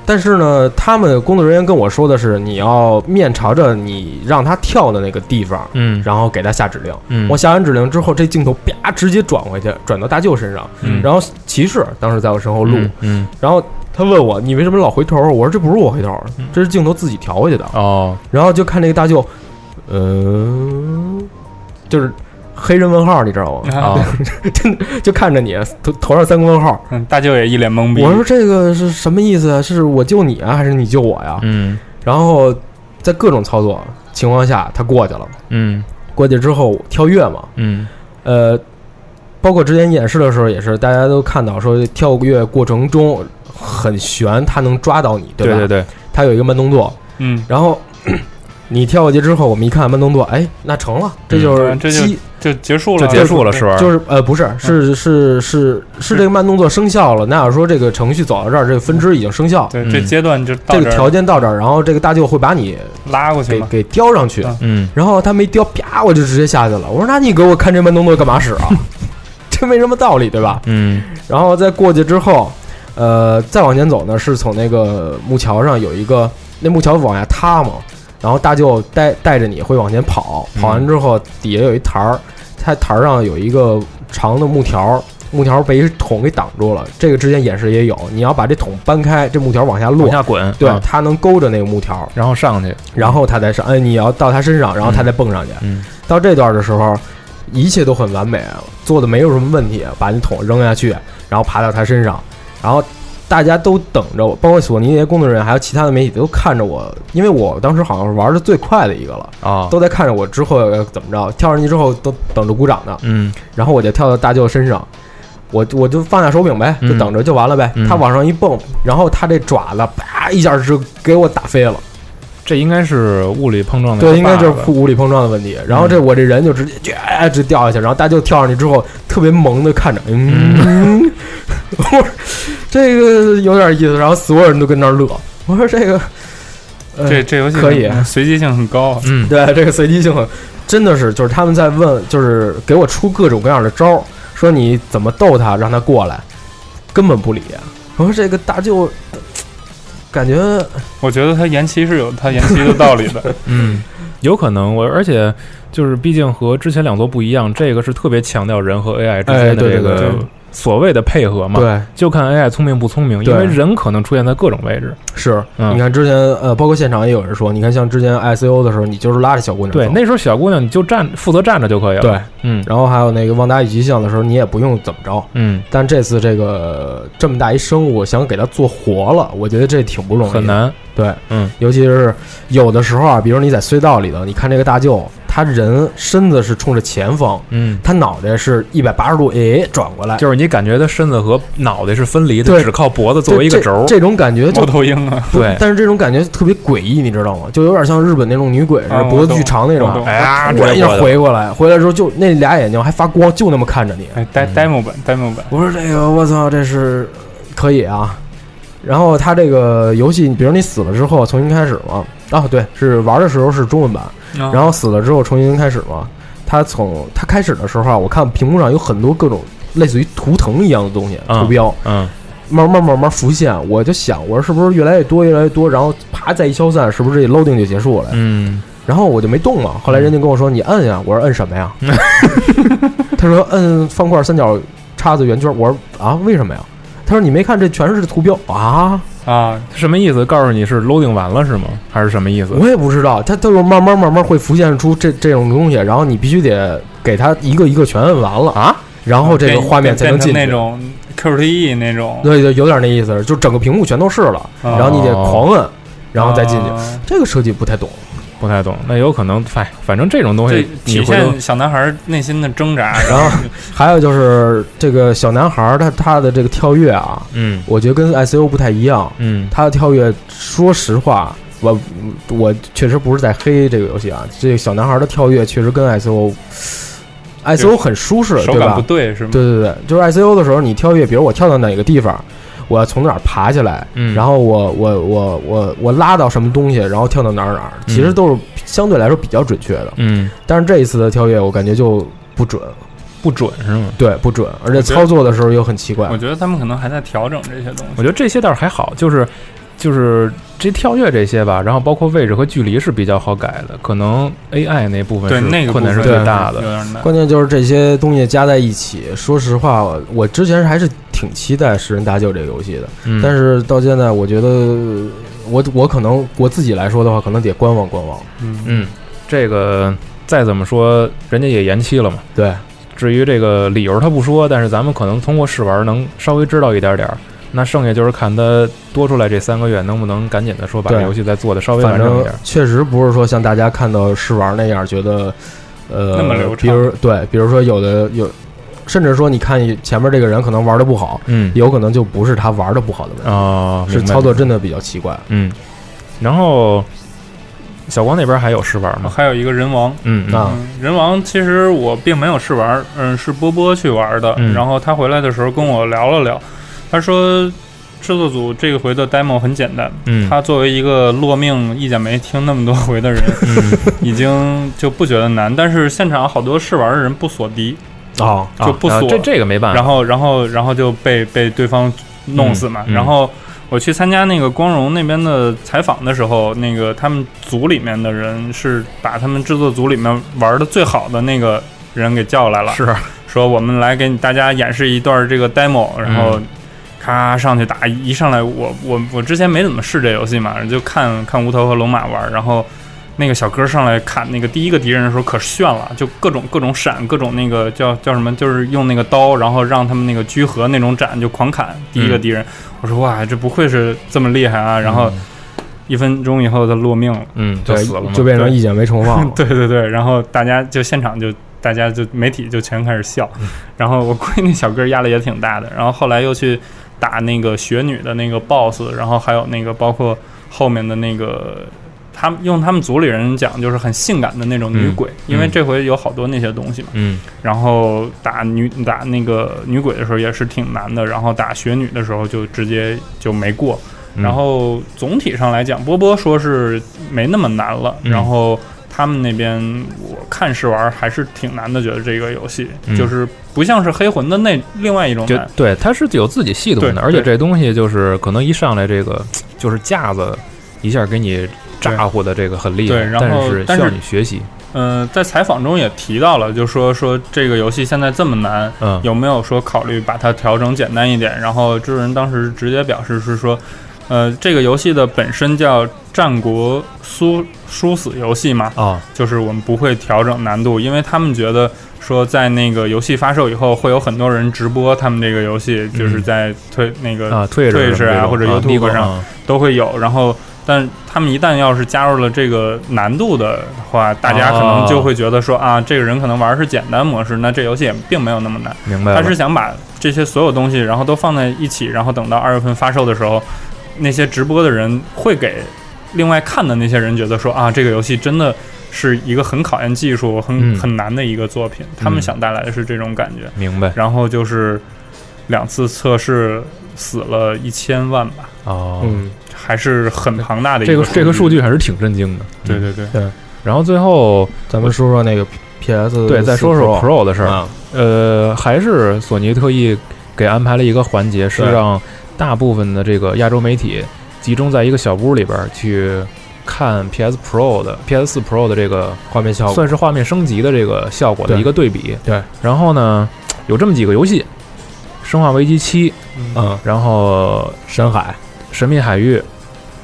S9: 但是呢，他们工作人员跟我说的是，你要面朝着你让他跳的那个地方，
S4: 嗯
S9: 然后给他下指令。
S4: 嗯，
S9: 我下完指令之后，这镜头啪直接转回去，转到大舅身上。
S4: 嗯
S9: 然后骑士当时在我身后录，
S4: 嗯，嗯
S9: 然后他问我你为什么老回头？我说这不是我回头，
S4: 嗯
S9: 这是镜头自己调回去的。
S4: 哦，
S9: 然后就看那个大舅，嗯、就是黑人问号，你知道吗？
S8: 啊
S4: 哦，
S9: 就看着你头头上三个问号。
S8: 嗯，大舅也一脸懵逼。
S9: 我说这个是什么意思啊？是我救你啊，还是你救我呀？
S4: 嗯
S9: 然后在各种操作情况下，他过去了。
S4: 嗯
S9: 过去之后跳跃嘛，
S4: 嗯
S9: 呃，包括之前演示的时候也是，大家都看到说跳跃过程中很悬，他能抓到你，
S4: 对
S9: 吧？
S4: 对对，
S9: 他有一个慢动作，
S8: 嗯，
S9: 然后你跳过去之后，我们一看慢动作，哎，那成了，这就是
S8: 嗯这就
S9: 基
S8: 就结束
S4: 就
S8: 了，嗯
S4: 结束了
S8: 就是
S4: 吧？
S9: 就是呃，不是，
S8: 嗯
S9: 是是是是这个慢动作生效了。那要说这个程序走到这儿，这个分支已经生效，
S8: 对，
S4: 嗯
S8: 这阶段就到
S9: 这个
S8: 儿
S9: 条件到这儿，然后这个大舅会把你
S8: 拉过去
S9: 给
S8: 嘛。
S9: 给叼上去
S8: 啊。
S4: 嗯
S9: 然后他没叼，啪，我就直接下去了。我说那你给我看这慢动作干嘛使啊？这没什么道理，对吧？
S4: 嗯
S9: 然后再过去之后，呃，再往前走呢，是从那个木桥上有一个那木桥往下塌嘛，然后大舅带带着你会往前跑，跑完之后底下有一台儿，它台儿上有一个长的木条。木条被一桶给挡住了，这个之前演示也有。你要把这桶搬开，这木条往下落
S4: 往，下滚，
S9: 对，
S4: 啊
S9: 它能勾着那个木条，
S4: 然后上去，
S9: 然后他才上，哎，你要到他身上，然后他再蹦上去。
S4: 嗯
S9: 到这段的时候，一切都很完美，做的没有什么问题，把那桶扔下去，然后爬到他身上，然后大家都等着我，包括索尼那些工作人员，还有其他的媒体都看着我，因为我当时好像是玩的最快的一个了，嗯
S4: 啊，
S9: 都在看着我之后要怎么着，跳上去之后都等着鼓掌呢，
S4: 嗯
S9: 然后我就跳到大舅身上。我我就放下手柄呗，就
S4: 嗯
S9: 等着就完了呗。
S4: 嗯
S9: 他往上一蹦，然后他这爪子啪一下就给我打飞了。
S4: 这应该是物理碰撞的，
S9: 对，应该就是物理碰撞的问题。然
S4: 嗯
S9: 后这我这人就直接撅直掉下去，然后大舅跳上去之后，特别萌的看着，嗯， 我说这个有点意思。然后所有人都跟那儿乐，我说这个，呃、
S8: 这这游戏
S9: 可以
S8: 很嗯随机性很高，啊
S4: 嗯
S9: 对这个随机性很真的是，就是他们在问，就是给我出各种各样的招儿，说你怎么逗他，让他过来，根本不理。啊我说这个大舅。感觉
S8: 我觉得它延期是有它 延期的道理的。
S4: 嗯，有可能我，而且就是毕竟和之前两座不一样，这个是特别强调人和 AI 之
S9: 哎
S4: 间的
S9: 对对对
S4: 这个
S9: 对
S4: 所谓的配合嘛，
S9: 对
S4: 就看 AI 聪明不聪明，因为
S9: 对
S4: 人可能出现在各种位置，
S9: 是，
S4: 嗯
S9: 你看之前呃，包括现场也有人说，你看像之前 ICO 的时候，你就是拉着小姑娘
S4: 对，
S9: 走
S4: 那时候小姑娘你就站负责站着就可以了，，
S9: 对，
S4: 嗯
S9: 然后还有那个旺达与极象的时候，你也不用怎么着。
S4: 嗯，
S9: 但这次这个这么大一生物，想给它做活了，我觉得这挺不容易，
S4: 很。难，
S9: 对，
S4: 嗯，
S9: 尤其是有的时候啊，比如你在隧道里头，你看这个大舅，他人身子是冲着前方，
S4: 嗯。
S9: 他脑袋是一百八十度，哎，转过来，
S4: 就是你感觉她身子和脑袋是分离的，
S9: 对
S4: 只靠脖子作为一个
S9: 这
S4: 轴儿，
S9: 这这种感觉
S8: 猫
S9: 就。
S8: 头鹰啊，
S4: 对，
S9: 但是这种感觉特别诡异，你知道吗？就有点像日本那种女鬼似的，
S4: 哦
S8: 啊我
S9: 脖子
S8: 懂
S9: 巨长那种
S8: 我，懂
S4: 哎呀，
S9: 突然一
S4: 这
S9: 下
S4: 我的
S9: 回过来，回来之后就那俩眼睛还发光，就那么看着你。
S8: 哎，de- demo 版，demo 版，
S9: 我说这个，我操，这是可以啊。然后它这个游戏，比如你死了之后重新开始嘛，啊，对，是玩的时候是中文版，
S8: 然
S9: 然后死了之后重新开始嘛。它从它开始的时候啊，我看屏幕上有很多各种类似于图腾一样的东西
S4: 嗯
S9: 图标，
S4: 嗯，
S9: 慢慢慢慢浮现。我就想，我说是不是越来越多，越来越多，然后啪再一消散，是不是这 loading 就结束了？
S4: 嗯，
S9: 然后我就没动嘛。后
S8: 嗯
S9: 来人家跟我说：“你摁呀。”我说：“摁什么呀？” 他说：“摁方块、三角、叉子、圆圈。”我说：“啊，为什么呀？”他说：“你没看这全是图标啊？
S8: 啊，
S4: 什么意思？告诉你是 loading 完了是吗？还是什么意思？
S9: 我也不知道。他他就慢慢慢慢会浮现出这这种东西，然后你必须得给他一个一个全摁完了啊，然后这个
S8: 变
S9: 画面才能进
S8: 变成
S9: 去。
S8: 那种 QTE 那种，
S9: 对对，有点那意思，就整个屏幕全都是了，
S8: 哦
S9: 然后你得狂摁，然后再进去。
S8: 啊
S9: 这个设计不太懂，
S4: 不太懂。那有可能，反反正这种
S9: 嗯
S4: 东
S8: 这
S4: 西你
S8: 体
S4: 回头
S8: 现小男孩内心的挣扎。
S9: 然后还有就是这个小男孩儿他他的这个跳跃啊，
S4: 嗯
S9: 我觉得跟 ICU 不太一样，
S4: 嗯
S9: 他的跳跃，说实话，我我确实不是在黑这个游戏啊，这个小男孩的跳跃确实跟 ICO。ICO 很舒适，
S8: 手
S9: 对
S8: 感
S9: 吧
S8: 不？对是吗？
S9: 对对对，就是 ICO 的时候，你跳跃，比如我跳到哪个地方，我要从哪儿爬起来，
S4: 嗯，
S9: 然后我我我我我拉到什么东西，然后跳到哪儿哪儿，
S8: 嗯
S9: 其实都是相对来说比较准确的。
S4: 嗯
S9: 但是这一次的跳跃，我感觉就不准，
S4: 不准是吗？
S9: 对，不准，而且
S8: 我觉得
S9: 操作的时候又很奇怪
S8: 我。觉得他们可能还在调整这些东
S4: 我
S8: 西。
S4: 觉得这些倒是还好，就是就是这跳跃这些吧，然后包括位置和距离是比较好改的，可能 AI 那部分
S8: 对
S4: 是
S8: 那个
S4: 困难是
S8: 部
S4: 最
S8: 分
S4: 大的
S8: 有。点难。
S9: 关键就是这些东西加在一起，说实话，我我之前还是挺期待《十人搭救》这个游戏的，
S4: 嗯，
S9: 但是到现在，我觉得我我可能我自己来说的话，可能得观望观望。
S8: 嗯，
S4: 嗯，这个再怎么说，人家也延期了嘛。
S9: 对，
S4: 至于这个理由他不说，但是咱们可能通过试玩能稍微知道一点点儿。那剩下就是看他多出来这三个月能不能赶紧的说把
S9: 对
S4: 这游戏再做的稍微
S9: 反
S4: 完整一
S9: 正
S4: 点儿。
S9: 确实不是说像大家看到试玩那样觉得，呃，
S8: 那么流畅
S9: 比如对，比如说有的有，甚至说你看前面这个人可能玩的不好，
S4: 嗯，
S9: 有可能就不是他玩的不好的问题，
S4: 啊，
S9: 是
S4: 明白
S9: 操作真的比较奇怪。
S4: 嗯。然后小光那边还有试玩吗？
S8: 还有一个人王，
S4: 嗯
S9: 啊
S8: 嗯，人王其实我并没有试玩，嗯，是波波去玩的。
S4: 嗯
S8: 然后他回来的时候跟我聊了聊，他说制作组这个回的 demo 很简单。
S4: 嗯
S8: 他作为一个落命意见没听那么多 回的人，
S4: 嗯
S8: 已经就不觉得难。但是现场好多试玩的人不锁敌，
S9: 啊，
S8: 就不
S4: 啊
S8: 锁
S4: 这这个没办法。
S8: 然后然后然后就被被对方弄死嘛。
S4: 嗯嗯
S8: 然后我去参加那个光荣那边的采访的时候，那个他们组里面的人是把他们制作组里面玩的最好的那个人给叫来了，
S4: 是
S8: 说我们来给你大家演示一段这个 demo，然后。咔上去打，一上来我我我之前没怎么试这游戏嘛，就看看无头和龙马玩，然后那个小哥上来砍那个第一个敌人的时候可炫了，就各种各种闪，各种那个叫叫什么，就是用那个刀，然后让他们那个居合那种斩就狂砍第一个敌人。我说哇，这不愧是这么厉害啊！然后一分钟以后他落命了，
S4: 嗯，就
S9: 对
S4: 死了嘛，
S9: 就变成意见没重放了
S8: 。对对对，然后大家就现场就大家就媒体就全开始笑，然后我估计那小哥压力也挺大的，然后后来又去打那个雪女的那个 BOSS，然后还有那个包括后面的那个。他们用他们组里人讲，就是很性感的那种女
S4: 嗯
S8: 鬼，因为
S4: 嗯
S8: 这回有好多那些东西嘛。
S4: 嗯
S8: 然后打女打那个女鬼的时候也是挺难的，然后打雪女的时候就直接就没过。
S4: 嗯
S8: 然后总体上来讲，波波说是没那么难了。
S4: 嗯
S8: 然后他们那边我看试玩还是挺难的，觉得这个游戏、
S4: 嗯
S8: 就是不像是黑魂的那另外一种
S4: 就
S8: 难。
S4: 对，它是有自己系统的，
S8: 对
S4: 而且
S8: 对
S4: 这东西就是可能一上来这个就是架子一下给你咋呼的这个很厉
S8: 对
S4: 害，
S8: 然后
S4: 但是
S8: 但
S4: 需要
S8: 是
S4: 你学习，
S8: 嗯、在采访中也提到了，就说说这个游戏现在这么难，
S4: 嗯，
S8: 有没有说考虑把它调整简单一点？然后制作人当时直接表示是说，呃，这个游戏的本身叫战国殊殊死游戏嘛，
S4: 啊，
S8: 就是我们不会调整难度，因为他们觉得说在那个游戏发售以后，会有很多人直播他们这个游戏，就是在推那个
S4: 啊，退
S8: 退
S4: 是
S8: 是啊或者 YouTube 上都会有，然后。但他们一旦要是加入了这个难度的话，大家可能就会觉得说啊，这个人可能玩的是简单模式，那这游戏也并没有那么难。
S4: 明白
S8: 他
S4: 了，
S8: 是想把这些所有东西，然后都放在一起，然后等到二月份发售的时候，那些直播的人会给另外看的那些人觉得说啊，这个游戏真的是一个很考验技术、很、
S4: 嗯
S8: 很难的一个作品。他们想带来的是这种感觉。
S4: 明白
S8: 然后就是两次测试死了一千万吧，
S4: 哦，
S9: 嗯，
S8: 还是很庞大的一
S4: 这个这个数
S8: 数据。
S4: 据还是挺震惊的，
S8: 对
S4: 嗯。
S8: 对对，
S4: 然后最后
S9: 咱们说说那个 PS
S4: 对再说说 Pro 的事儿，
S9: 啊，
S4: 呃，还是索尼特意给安排了一个环节，是
S8: 对
S4: 让大部分的这个亚洲媒体集中在一个小屋里边儿去看 PS Pro 的 PS 4 Pro 的这个
S9: 画面效果
S4: 算是画面升级的这个效果的
S9: 对
S4: 一个对比。
S9: 对
S4: 然后呢，有这么几个游戏：《生化危机七》，
S9: 嗯，
S4: 然后
S9: 深海
S4: 《神秘海域》，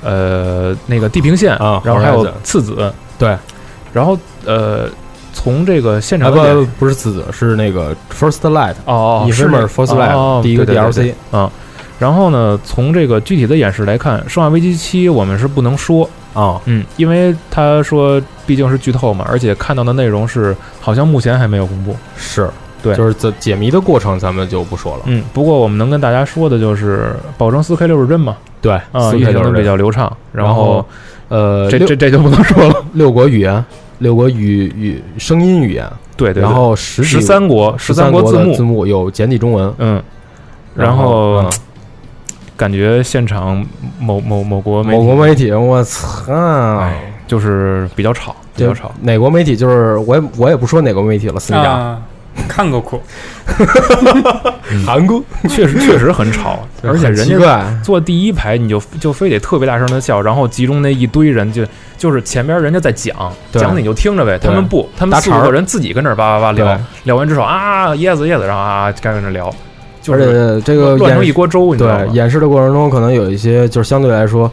S4: 呃，那个《地平线》
S9: 啊
S4: 然后还有
S9: Horizon
S4: 《次子》。
S9: 对，
S4: 然后呃，从这个现
S9: 啊
S4: 场
S9: 不
S4: 的演
S9: 不不是子子是那个 First Light
S4: 哦哦，
S9: e
S4: 是
S9: v e r
S4: 吗
S9: First
S4: 哦
S9: Light 第一个
S4: 对对对对
S9: DLC
S4: 然后呢，从这个具体的演示来看，《生化危机七》我们是不能说，
S9: 哦，
S4: 嗯，因为他说毕竟是剧透嘛，而且看到的内容是好像目前还没有公布。
S9: 是
S4: 对
S9: 就是这解谜的过程咱们就不说了。
S4: 嗯，不过我们能跟大家说的就是保证4 K 六十帧嘛，
S9: 对，
S4: 啊、
S9: 四
S4: 运
S9: K
S4: 行
S9: 六
S4: 的
S9: 十
S4: 比较流畅。
S9: 然后
S4: 后
S9: 呃，
S4: 这
S9: 六
S4: 这这就不能说了。
S9: 六国语言，六国语语声音语言，
S4: 对对对。
S9: 然后十
S4: 十三国
S9: 十
S4: 十三国
S9: 国
S4: 字
S9: 的
S4: 幕，
S9: 字幕有简体中文，
S4: 嗯，然
S9: 然
S4: 后
S9: 嗯
S4: 感觉现场某某某国媒
S9: 某国
S4: 体
S9: 媒体，我操！
S4: 就是比较吵，比
S9: 就
S4: 较吵。
S9: 哪国媒体就是我也我也不说哪国媒体了，司机长，
S8: 啊，看过苦，
S9: 韩国，
S4: 确实确实很 吵，而且
S9: 很
S4: 人
S9: 奇
S4: 家
S9: 怪，
S4: 坐第一排，你就就非得特别大声的笑，然后集中那一堆人就就是前边人家在讲
S9: 对
S4: 讲，你就听着呗。他
S9: 对
S4: 们不，他
S9: 搭
S4: 们四
S9: 茬
S4: 五
S9: 儿
S4: 个人自己跟那儿叭叭叭聊
S9: 对，
S4: 聊完之后啊椰子椰子，然后啊该跟着聊，就
S9: 而
S4: 是
S9: 且这个
S4: 乱乱成一
S9: 演
S4: 锅粥，你知道
S9: 对
S4: 吗？
S9: 演示的过程中，可能有一些就是相对来说，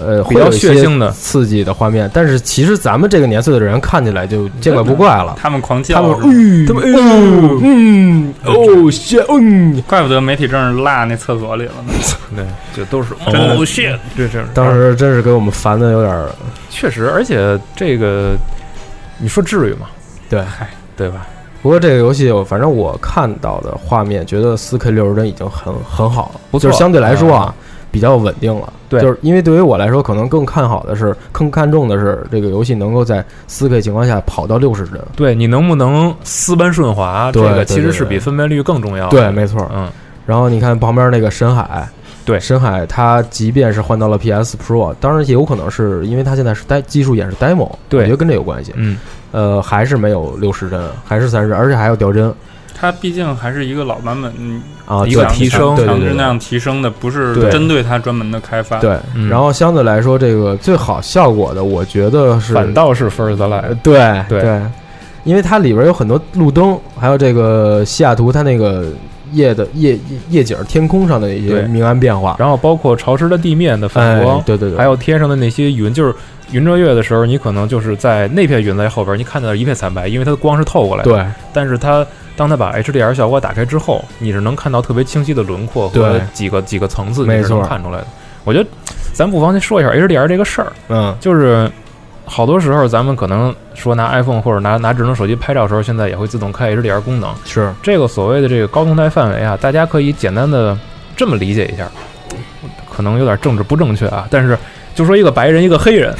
S9: 呃，会
S4: 比较
S9: 有一
S4: 血
S9: 些
S4: 腥的
S9: 刺激的画面，但是其实咱们这个年岁的人看起来就见怪不怪
S4: 嗯
S9: 了。
S8: 他们狂
S9: 他
S8: 叫
S9: 们
S8: 是吧，，
S9: 他
S4: 哎
S9: 们，哦嗯，哦，谢，嗯，
S8: 怪不得媒体证落那厕所里了呢。
S4: 对，就都是
S8: 真的
S4: 哦 shit，对这
S9: 当时真是给我们烦的有点儿，
S4: 确实，而且这个你说至于吗？
S9: 对，
S4: 对吧？
S9: 不过这个游戏，我反正我看到的画面，觉得4 K 六十帧已经很很好了，
S4: 不错嗯
S9: 就是相对来说啊，比较稳定了。
S4: 对
S9: 就是因为对于我来说，可能更看好的是，更看重的是这个游戏能够在4 K 情况下跑到六十帧。
S4: 对你能不能丝般顺滑，这
S9: 对
S4: 个
S9: 对
S4: 其实
S9: 对
S4: 是
S9: 对
S4: 比分辨率更重要的。
S9: 对，没错。
S4: 嗯，
S9: 然后你看旁边那个深海，
S4: 对
S9: 深海它即便是换到了 PS Pro，当然也有可能是因为它现在是呆技术演示 demo，
S4: 对
S9: 我觉得跟这有关系。
S4: 嗯，
S9: 呃，还是没有六十帧，还是三十，而且还要掉帧
S8: 它毕竟还是一个老版本，嗯
S9: 啊，
S4: 一个
S9: 对
S4: 提升
S9: 对对
S8: 强
S9: 对
S8: 制
S9: 对
S8: 量提升的，不是
S9: 对
S8: 针对它专门的开发。，
S9: 对，
S4: 嗯
S9: 然后相对来说，这个最好效果的，我觉得是
S4: 反倒是 First
S9: 呃
S4: Light，
S9: 对
S4: 对
S9: 因为它里边有很多路灯，还有这个西雅图它那个夜的夜夜夜景儿，天空上的一些
S4: 对
S9: 明暗变化，
S4: 然后包括潮湿的地面的反
S9: 哎
S4: 光，，
S9: 对对对，
S4: 还有天上的那些云，就是云遮月的时候，你可能就是在那片云在后边，你看到一片惨白，因为它的光是透过来的。
S9: 对
S4: 但是它当它把 HDR 效果打开之后，你是能看到特别清晰的轮廓和
S9: 对
S4: 几个几个层次，
S9: 没
S4: 你是能
S9: 错
S4: 看出来的。我觉得咱不妨先说一下 HDR 这个事儿，
S9: 嗯
S4: 就是好多时候咱们可能说拿 iPhone 或者拿拿智能手机拍照的时候，现在也会自动开 HDR 功能。
S9: 是
S4: 这个所谓的这个高动态范围啊，大家可以简单的这么理解一下，可能有点政治不正确啊，但是就说一个白人一个黑人，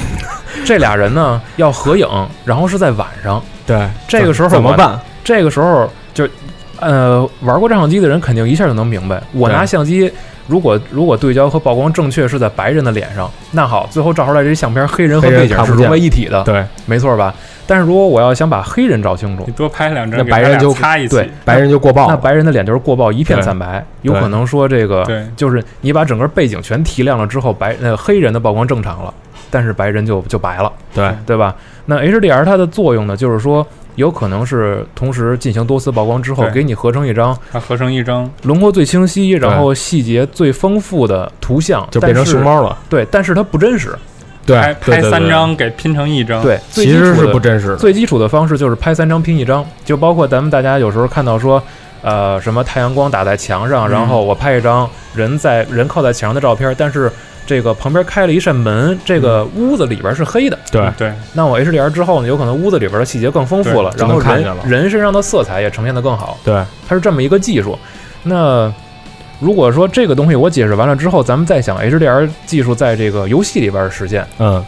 S4: 这俩人呢要合影，然后是在晚上，
S9: 对，
S4: 这个时候
S9: 怎么
S4: 我
S9: 办？
S4: 这个时候就。呃，玩过照相机的人肯定一下就能明白，我
S9: 对
S4: 拿相机，如果如果对焦和曝光正确是在白人的脸上，那好，最后照出来这相片，黑人和
S9: 黑人
S4: 背景
S9: 看
S4: 是
S9: 不见
S4: 融为一体的，
S9: 对，
S4: 没错吧？但是如果我要想把黑人照清楚
S8: 你，多拍两
S9: 那
S8: 张，给
S9: 白
S8: 他
S9: 人
S8: 俩
S9: 就
S8: 擦一
S4: 对
S8: 起。
S9: 白人就过曝
S4: 那
S9: 了，
S4: 白人的脸就是过曝，一片
S9: 对
S4: 惨白，有
S9: 对
S4: 可能说这个
S8: 对
S4: 就是你把整个背景全提亮了之后，白呃黑人的曝光正常了，但是白人就就白了，
S9: 对
S4: 对吧？那 HDR 它的作用呢，就是说有可能是同时进行多次曝光之后，
S8: 对
S4: 给你合成一张
S8: 它合成一张，
S4: 轮廓最清晰，然后细节最丰富的图像，
S9: 就变成
S4: 但是
S9: 熊。猫了，
S4: 对，但是它不真实，
S9: 对
S8: 拍，
S9: 对
S8: 拍三，张给拼成一张。
S4: 对，
S9: 对
S4: 最
S9: 对啊其
S4: 基
S9: 实
S4: 础
S9: 是
S4: 的
S9: 不真实的，
S4: 最基础的方式就是拍三张拼一张，就包括咱们大家有时候看到说，呃，什么太阳光打在墙上，然
S9: 嗯
S4: 后我拍一张人在人靠在墙上的照片，但是这个旁边开了一扇门，这个
S9: 嗯
S4: 屋子里边是黑的。
S9: 对
S8: 对，
S4: 那我 HDR 之后呢，有可能屋子里边的细节更丰富了，
S9: 对
S4: 然
S9: 就能
S4: 后
S9: 看
S4: 人
S9: 见了
S4: 人身上的色彩也呈现得更好。
S9: 对，
S4: 它是这么一个技术。那如果说这个东西我解释完了之后，咱们再想 HDR 技术在这个游戏里边实现，
S9: 嗯。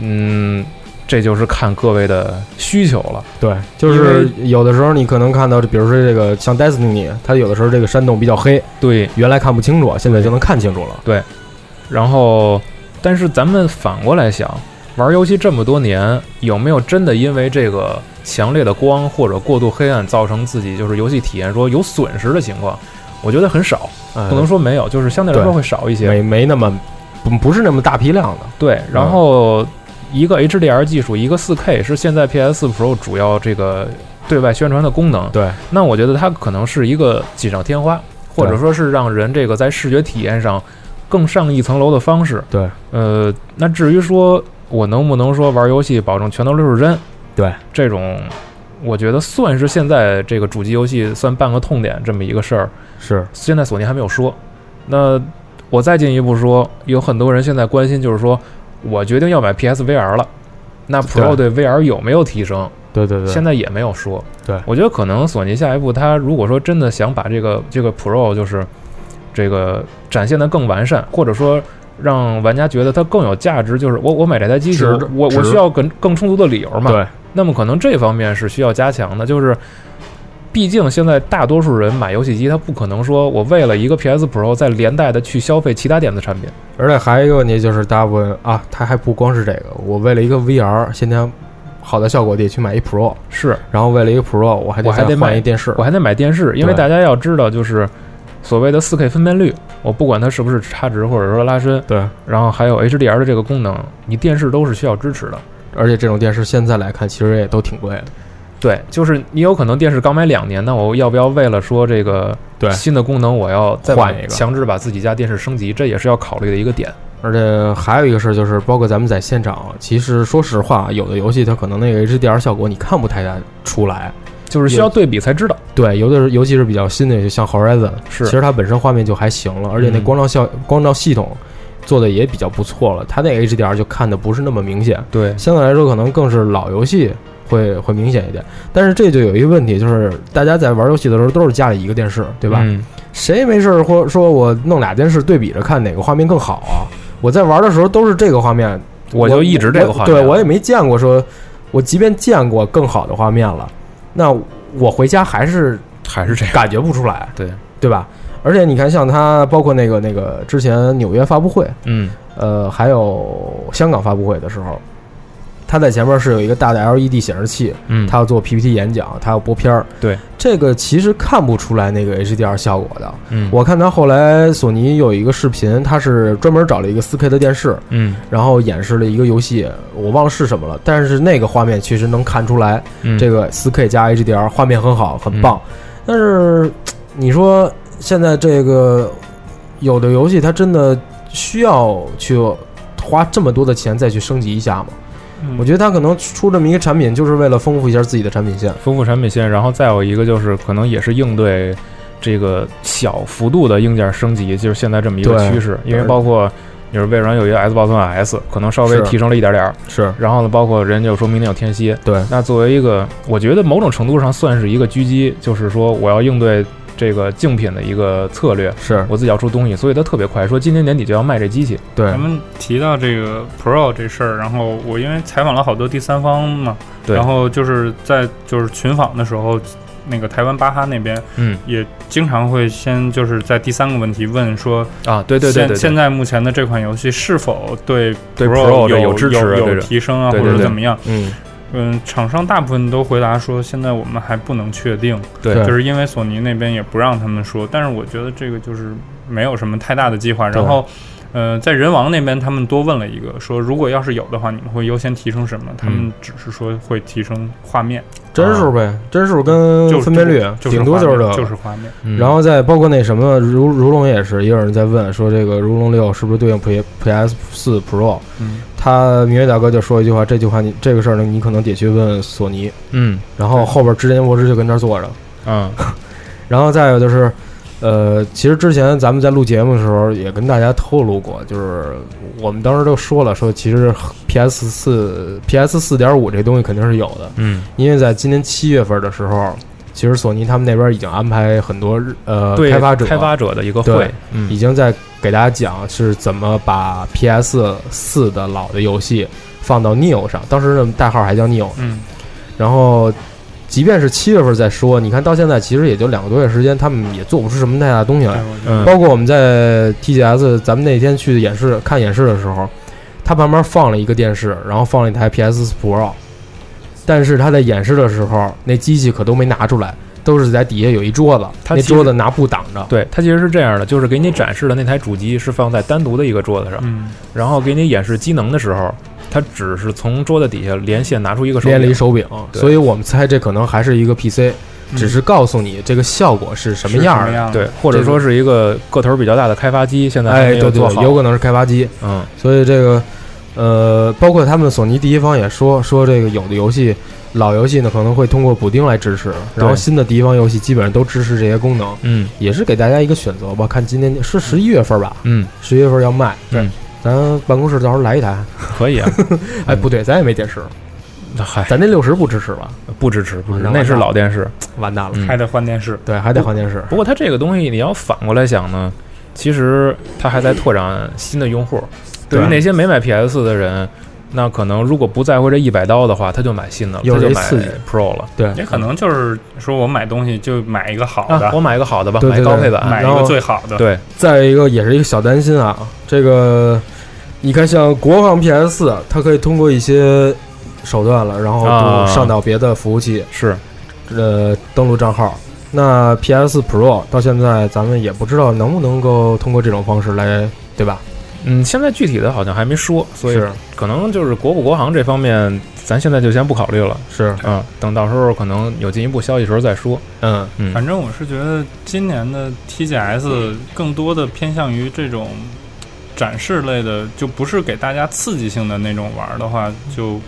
S4: 嗯，这就是看各位的需求了。
S9: 对，就是有的时候你可能看到，比如说这个像 Destiny，它有的时候这个山洞比较黑，
S4: 对，
S9: 原来看不清楚，现在就能看清楚了。
S4: 然后，但是咱们反过来想，玩游戏这么多年，有没有真的因为这个强烈的光或者过度黑暗造成自己就是游戏体验说有损失的情况？我觉得很少，
S9: 嗯
S4: 不能说没有，就是相对来说会少一些。
S9: 没没那么不不是那么大批量的。
S4: 对，然后一个 HDR 技术，一个 4K 是现在 PS Pro 主要这个对外宣传的功能。
S9: 对，
S4: 那我觉得它可能是一个锦上添花，或者
S9: 对
S4: 说是让人这个在视觉体验上更上一层楼的方式。
S9: 对，
S4: 呃，那至于说我能不能说玩游戏保证全都六十帧，
S9: 对
S4: 这种，我觉得算是现在这个主机游戏算半个痛点这么一个事儿。
S9: 是
S4: 现在索尼还没有说。那我再进一步说，有很多人现在关心就是说，我决定要买 PSVR 了。那 Pro 对 VR 有没有提升？
S9: 对对对，
S4: 现在也没有说。
S9: 对
S4: 我觉得可能索尼下一步，它如果说真的想把这个这个 Pro 就是这个展现的更完善，或者说让玩家觉得它更有价值，就是我我买这台机器，
S9: 值得
S4: 我我
S9: 值
S4: 需要更更充足的理由嘛。
S9: 对
S4: 那么可能这方面是需要加强的，就是。毕竟现在大多数人买游戏机，他不可能说我为了一个 PS Pro 再连带的去消费其他电子产品。
S9: 而且还有一个问题就是，大部分啊，它还不光是这个，我为了一个 VR，现在好的效果得去买一 Pro，
S4: 是，
S9: 然后为了一个 Pro，我还得
S4: 我还
S9: 再
S4: 得
S9: 换
S4: 买
S9: 一电视
S4: 我。还得买电视，因为
S9: 对
S4: 大家要知道，就是所谓的4 K 分辨率，我不管它是不是差值或者说拉伸，
S9: 对，
S4: 然后还有 HDR 的这个功能，你电视都是需要支持的。
S9: 而且这种电视现在来看，其实也都挺贵的。
S4: 对，就是你有可能电视刚买两年，那我要不要为了说这个
S9: 对
S4: 新的功能，我要再
S9: 换
S4: 把
S9: 一个
S4: 强制把自己家电视升级，这也是要考虑的一个点。
S9: 而且还有一个事儿就是，包括咱们在现场，其实说实话，有的游戏它可能那个 HDR 效果你看不太出来。
S4: 就是需要对比才知道，
S9: 对，有的是尤其是比较新的，就像 Horizon，
S4: 是
S9: 其实它本身画面就还行了，而且那
S4: 嗯
S9: 光照效、光照系统做的也比较不错了，它那个 HDR 就看的不是那么明显。
S4: 对，
S9: 相对来说可能更是老游戏会会明显一点。但是这就有一个问题，就是大家在玩游戏的时候都是家里一个电视，对
S4: 对
S9: 吧？谁没事儿或说我弄俩电视对比着看哪个画面更好啊？我在玩的时候都是这个画面，
S4: 我就一直这个
S9: 我
S4: 话题，
S9: 对我也没见过说，我即便见过更好的画面了，那我回家还是
S4: 还是这样。
S9: 感觉不出来，
S4: 对
S9: 对吧？而且你看，像它包括那个那个之前纽约发布会，
S4: 嗯，
S9: 呃，还有香港发布会的时候，它在前面是有一个大的 LED 显示器，
S4: 嗯，
S9: 它要做 PPT 演讲，它要播片儿。
S4: 对，
S9: 这个其实看不出来那个 HDR 效果的。
S4: 嗯
S9: 我看它后来索尼有一个视频，它是专门找了一个 4K 的电视，
S4: 嗯
S9: 然后演示了一个游戏，我忘了是什么了，但是那个画面确实能看出来，
S4: 嗯
S9: 这个 4K 加 HDR 画面很好，很棒。但是嘖你说现在这个有的游戏它真的需要去花这么多的钱再去升级一下吗？
S8: 嗯
S9: 我觉得它可能出这么一个产品，就是为了丰富一下自己的产品线。
S4: 丰富产品线，然后再有一个就是可能也是应对这个小幅度的硬件升级，就是现在这么一个
S9: 对
S4: 趋势，因为包括。就是微软有一个 Xbox One S，可能稍微
S9: 是
S4: 提升了一点点儿，
S9: 是
S4: 然后呢，包括人家就说明年有天蝎，
S9: 对，
S4: 那作为一个，我觉得某种程度上算是一个狙击，就是说我要应对这个竞品的一个策略，
S9: 是
S4: 我自己要出东西，所以它特别快，说今年年底就要卖这机器，
S9: 对
S8: 咱，们提到这个 Pro 这事儿，然后我因为采访了好多第三方嘛，
S4: 对
S8: 然后就是在就是群访的时候，那个台湾巴哈那边
S4: 嗯
S8: 也经常会先就是在第三个问题问说，
S4: 啊，对对对对
S8: 现现
S4: 对，
S8: 在目前的这款游戏是否对
S4: 对
S8: Pro
S4: Pro 的
S8: 有
S4: 有支持啊
S8: 有
S4: 对
S8: 有
S4: 的
S8: 提升啊，
S4: 对对
S8: 或者
S4: 对
S8: 怎么样？
S9: 嗯，
S8: 嗯，厂商大部分都回答说，现在我们还不能确定，
S4: 对
S8: 就是因为索尼那边也不让他们说。但是我觉得这个就是没有什么太大的计划。然后，呃，在人王那边他们多问了一个，说如果要是有的话，你们会优先提升什么？他们只是说会提升画面，
S9: 帧数呗，帧数跟
S8: 啊就
S9: 嗯分辨率，
S8: 就
S9: 顶多
S8: 就是是
S9: 这
S8: 画
S9: 个
S8: 面就是画面。
S4: 嗯
S9: 然后再包括那什么如如龙也是，也有人在问说这个如龙六是不是对应 P PS 四 Pro？
S8: 嗯，
S9: 他明月大哥就说一句话，这句话你这个事儿呢，你可能得去问索尼。
S4: 嗯
S9: 然后后边织田博士就跟那儿坐着，
S4: 嗯
S9: 然后再有就是，呃，其实之前咱们在录节目的时候也跟大家透露过，就是我们当时都说了，说其实 PS 四 PS 四点五这东西肯定是有的，
S4: 嗯，
S9: 因为在今年七月份的时候，其实索尼他们那边已经安排很多日呃
S4: 对
S9: 开发者
S4: 开发者的一个
S9: 对
S4: 会，嗯
S9: 已经在给大家讲是怎么把 PS 四的老的游戏放到 Neo 上，当时的代号还叫 Neo。
S8: 嗯，
S9: 然后，即便是七月份再说，你看到现在其实也就两个多月时间，他们也做不出什么太大东西
S8: 对，
S9: 来。
S8: 我觉得
S4: 嗯
S9: 包括我们在 TGS，咱们那天去演示看演示的时候，它旁边放了一个电视，然后放了一台 PS Pro，但是它在演示的时候，那机器可都没拿出来，都是在底下有一桌子，
S4: 它
S9: 那
S4: 其实
S9: 桌子拿布挡着。
S4: 对，它其实是这样的，就是给你展示的那台主机是放在单独的一个桌子上，
S8: 嗯，
S4: 然后给你演示机能的时候，它只是从桌子底下连线拿出一个手
S9: 连了一
S4: 柄
S9: 手柄，
S4: 对
S9: 所以我们猜这可能还是一个 PC，
S8: 嗯
S9: 只是告诉你这个效果是什么样
S8: 是什
S9: 儿。
S8: 么
S9: 啊
S8: 样的啊
S4: 对，或者
S9: 这
S4: 说
S9: 个
S4: 是一个个头比较大的开发机，现在还
S9: 哎，
S4: 没
S9: 对
S4: 做
S9: 对，
S4: 好，
S9: 有可能是开发机，
S4: 嗯
S9: 所以这个呃，包括他们索尼第一方也说说这个有的游戏老游戏呢可能会通过补丁来支持，然后
S4: 对
S9: 新的第一方游戏基本上都支持这些功能，
S4: 嗯
S9: 也是给大家一个选择吧。看今年是十一月份吧，
S4: 嗯，
S9: 十一月份要卖，
S4: 嗯，
S9: 咱办公室到时候来一台。
S4: 可以啊，
S9: 哎，不对，咱也没电视，
S4: 嗨，
S9: 咱那六十不支持了，
S4: 不支持，不支持，
S9: 那
S4: 那是
S9: 完蛋
S4: 老电视。
S9: 完蛋了。
S4: 嗯
S8: 还得换电视。
S9: 对，还得换电视。
S4: 不过它这个东西你要反过来想呢，其实它还在拓展新的用户。
S9: 啊
S4: 对于那些没买 PS 的人，那可能如果不在乎这一百刀的话，他就买新的了，
S9: 有
S4: 他就
S9: 这
S4: 买
S9: 刺激
S4: Pro 了。
S9: 对，
S8: 也可能就是说我买东西就买一个好的，
S4: 啊，我买一个好的吧，
S9: 对对
S4: 买高
S9: 对
S4: 配版。
S8: 买一
S9: 然
S8: 个
S9: 后
S8: 最好的。
S4: 对，
S9: 再一个也是一个小担心啊，这个你看，像国行 PS 四，它可以通过一些手段了，然后
S4: 啊
S9: 上到别的服务器，
S4: 是
S9: 呃，登录账号。那 PS Pro 到现在咱们也不知道能不能够通过这种方式来，对吧？
S4: 嗯，现在具体的好像还没说，所以
S9: 是
S4: 可能就是国不国行这方面，咱现在就先不考虑了。
S9: 是，
S4: 嗯，等到时候可能有进一步消息时候再说。
S9: 嗯，
S4: 嗯，
S8: 反正我是觉得今年的 TGS 更多的偏向于这种展示类的，就不是给大家刺激性的那种玩儿的话，就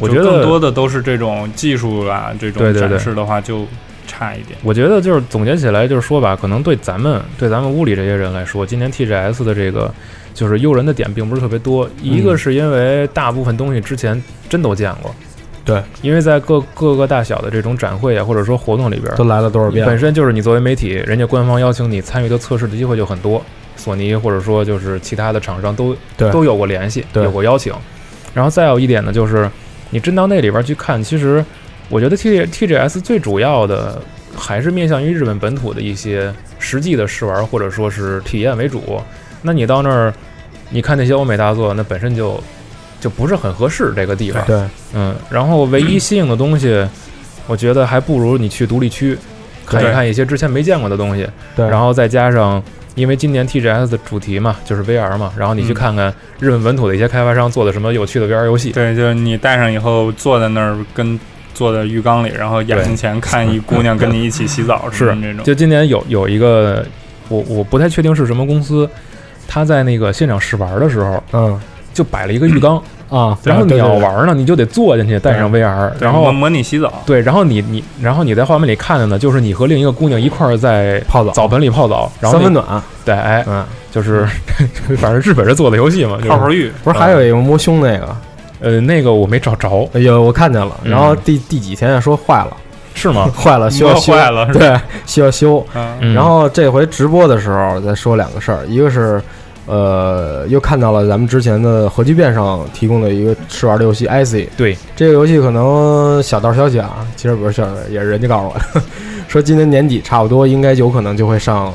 S4: 我
S8: 就
S4: 觉
S8: 更
S4: 得，
S8: 多的都是这种技术啦，
S4: 对
S8: 这种
S4: 对对
S8: 展示的话就差一点。
S4: 我觉得就是总结起来就是说吧，可能对咱们对咱们屋里这些人来说，今年 TGS 的这个就是诱人的点并不是特别多。一个是因为大部分东西之前真都见过，
S9: 对，
S4: 因为在各各个大小的这种展会啊，或者说活动里边，
S9: 都来了多少遍？
S4: 本身就是你作为媒体，人家官方邀请你参与的测试的机会就很多，索尼或者说就是其他的厂商都
S9: 对
S4: 都有过联系，
S9: 对
S4: 有过邀请。然后再有一点呢，就是你真到那里边去看，其实我觉得 T T G S 最主要的还是面向于日本本土的一些实际的试玩或者说是体验为主。那你到那儿，你看那些欧美大作，那本身就就不是很合适这个地方。
S9: 对，
S4: 嗯，然后唯一新颖的东西，我觉得还不如你去独立区看一
S8: 对
S4: 看一些之前没见过的东西，
S9: 对，
S4: 然后再加上。因为今年 TGS 的主题嘛，就是 VR 嘛，然后你去
S8: 嗯
S4: 看看日本本土的一些开发商做的什么有趣的 VR 游戏，
S8: 对，就是你戴上以后坐在那儿跟坐在浴缸里，然后眼睛前看一姑娘跟你一起洗澡什
S4: 是
S8: 么的这种。
S4: 就今年有有一个，我我不太确定是什么公司，他在那个现场试玩的时候
S9: 嗯
S4: 就摆了一个浴缸，
S9: 啊，
S4: 然
S9: 对
S4: 后你
S9: 对
S4: 要
S9: 对
S4: 玩呢，你就得坐进去戴上 VR，
S8: 对
S4: 然后
S8: 模模拟洗澡，
S4: 对，然后你你然后你在画面里看的呢，就是你和另一个姑娘一块儿在
S9: 泡澡，
S4: 澡盆里泡澡，然后
S9: 三
S4: 那
S9: 温暖，
S4: 对，哎，
S9: 嗯，
S4: 就是反正日本人做的游戏嘛，就是
S8: 泡泡浴。
S9: 不是还有一个摸胸那个，
S4: 呃那个我没找着，
S9: 哎呦，我看见了，
S4: 嗯
S9: 然后第第几天也说坏了，
S4: 是吗？
S9: 坏了，需要
S8: 摸
S9: 修，
S8: 坏了是吧
S9: 对，需要修。
S8: 嗯，
S4: 嗯
S9: 然后这回直播的时候再说两个事儿，一个是，呃，又看到了咱们之前的核聚变上提供的一个试玩的游戏 IC。
S4: 对，
S9: 这个游戏可能小道消息啊，其实不是小道，也是人家告诉我 的，说今年年底差不多应该有可能就会上，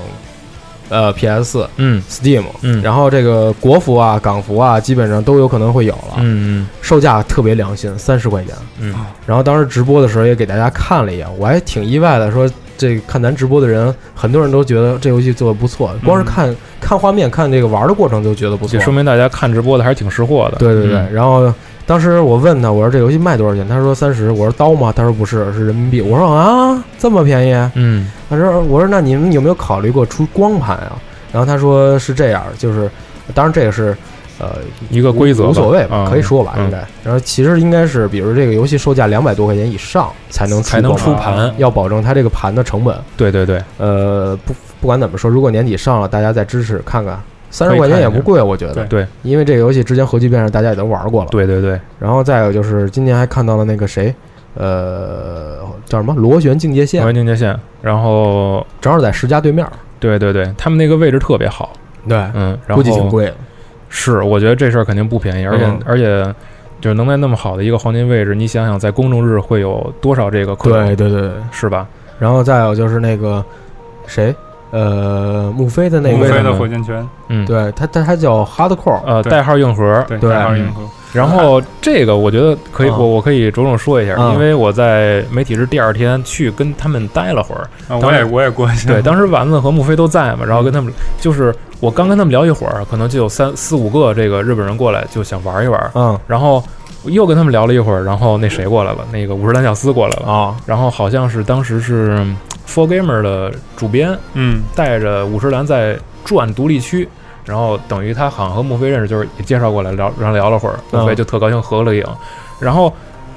S9: 呃，PS、
S4: 嗯
S9: Steam，
S4: 嗯
S9: 然后这个国服啊、港服啊，基本上都有可能会有了，
S4: 嗯
S9: 售价特别良心，三十块钱。
S4: 嗯嗯，
S9: 然后当时直播的时候也给大家看了一眼，我还挺意外的，说这看咱直播的人，很多人都觉得这游戏做的不错，光是看、 看画面、看这个玩的过程就觉得不错
S4: 嗯就。说明大家看直播的还是挺识货的。
S9: 对对对，
S4: 嗯
S9: 然后当时我问他，我说这游戏卖多少钱？他说三十，我说刀吗？他说不是，是人民币。我说啊，这么便宜？
S4: 嗯
S9: 他说我说那你们有没有考虑过出光盘啊？然后他说是这样，就是当然这个是呃
S4: 一个规则吧
S9: 无所谓
S4: 嗯
S9: 可以说吧，
S4: 嗯
S9: 应该。然后其实应该是，比如这个游戏售价两百多块钱以上才能
S4: 才能
S9: 光
S4: 出
S9: 盘
S8: 啊
S4: 盘。
S9: 要保证它这个盘的成本。
S4: 对对对，
S9: 呃，不不管怎么说，如果年底上了，大家再支持看看，三
S4: 可
S9: 十
S4: 以
S9: 块钱
S4: 看一
S9: 也
S4: 下
S9: 不贵，我觉得。
S4: 对，
S9: 因为这个游戏之前合集变上大家也都玩过了。。
S4: 对对对，
S9: 然后再有就是今年还看到了那个谁，呃，叫什么螺旋境界
S4: 台
S9: 线，
S4: 湾境界线，然后
S9: 正好在十家对面儿。
S4: 对对对，他们那个位置特别好，
S9: 对，
S4: 嗯，然后
S9: 估计挺贵的。
S4: 是，我觉得这事儿肯定不便宜，而且、
S9: 嗯
S4: 而且就是能在那么好的一个黄金位置，你想想在公众日会有多少这个客
S9: 对
S4: 人，
S9: 对对对。
S4: 是吧？
S9: 然后再有就是那个谁，呃，穆飞的那
S8: 无非
S9: 个，
S8: 的火箭拳，
S4: 嗯，
S9: 对他他他叫 Hardcore，
S4: 呃，
S8: 对
S4: 代号硬核。
S8: 对，
S9: 对
S8: 代号硬核。
S4: 然后这个我觉得可以，
S9: 啊
S4: 我我可以着重说一下，
S9: 啊
S4: 因为我在媒体日第二天去跟他们待了会儿。
S9: 嗯
S8: 啊，
S4: 当
S8: 我也
S4: 然
S8: 我也过去了。
S4: 对，当时丸子和穆飞都在嘛，然后跟他们就是我刚跟他们聊一会儿，可能就有三四五个这个日本人过来就想玩一玩，
S9: 嗯
S4: 然后又跟他们聊了一会儿，然后那谁过来了，那个五十岚小司过来了，
S9: 啊，
S4: 然后好像是当时是 Four Gamer 的主编
S8: 嗯，
S4: 带着五十岚在转独立区，然后等于他好像和穆飞认识，就是也介绍过来聊，然后聊了会儿，
S9: 嗯
S4: 穆飞就特高兴合了影，然后。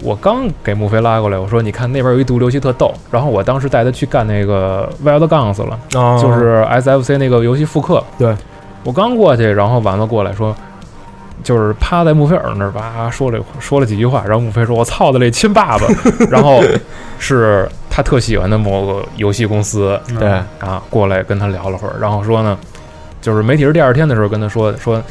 S4: 我刚给穆飞拉过来，我说：“你看那边有一独立游戏特逗。”然后我当时带他去干那个 Wild Guns 了，
S9: 啊
S4: 就是 SFC 那个游戏复刻。
S9: 对，
S4: 我刚过去，然后丸子过来说：“就是趴在穆菲尔那儿吧，说了说了几句话，然后穆菲说：“我操的嘞，亲爸 爸。”然后是他特喜欢的某个游戏公司
S8: 嗯
S9: 对，
S4: 啊过来跟他聊了会儿，然后说呢，就是媒体是第二天的时候跟他说说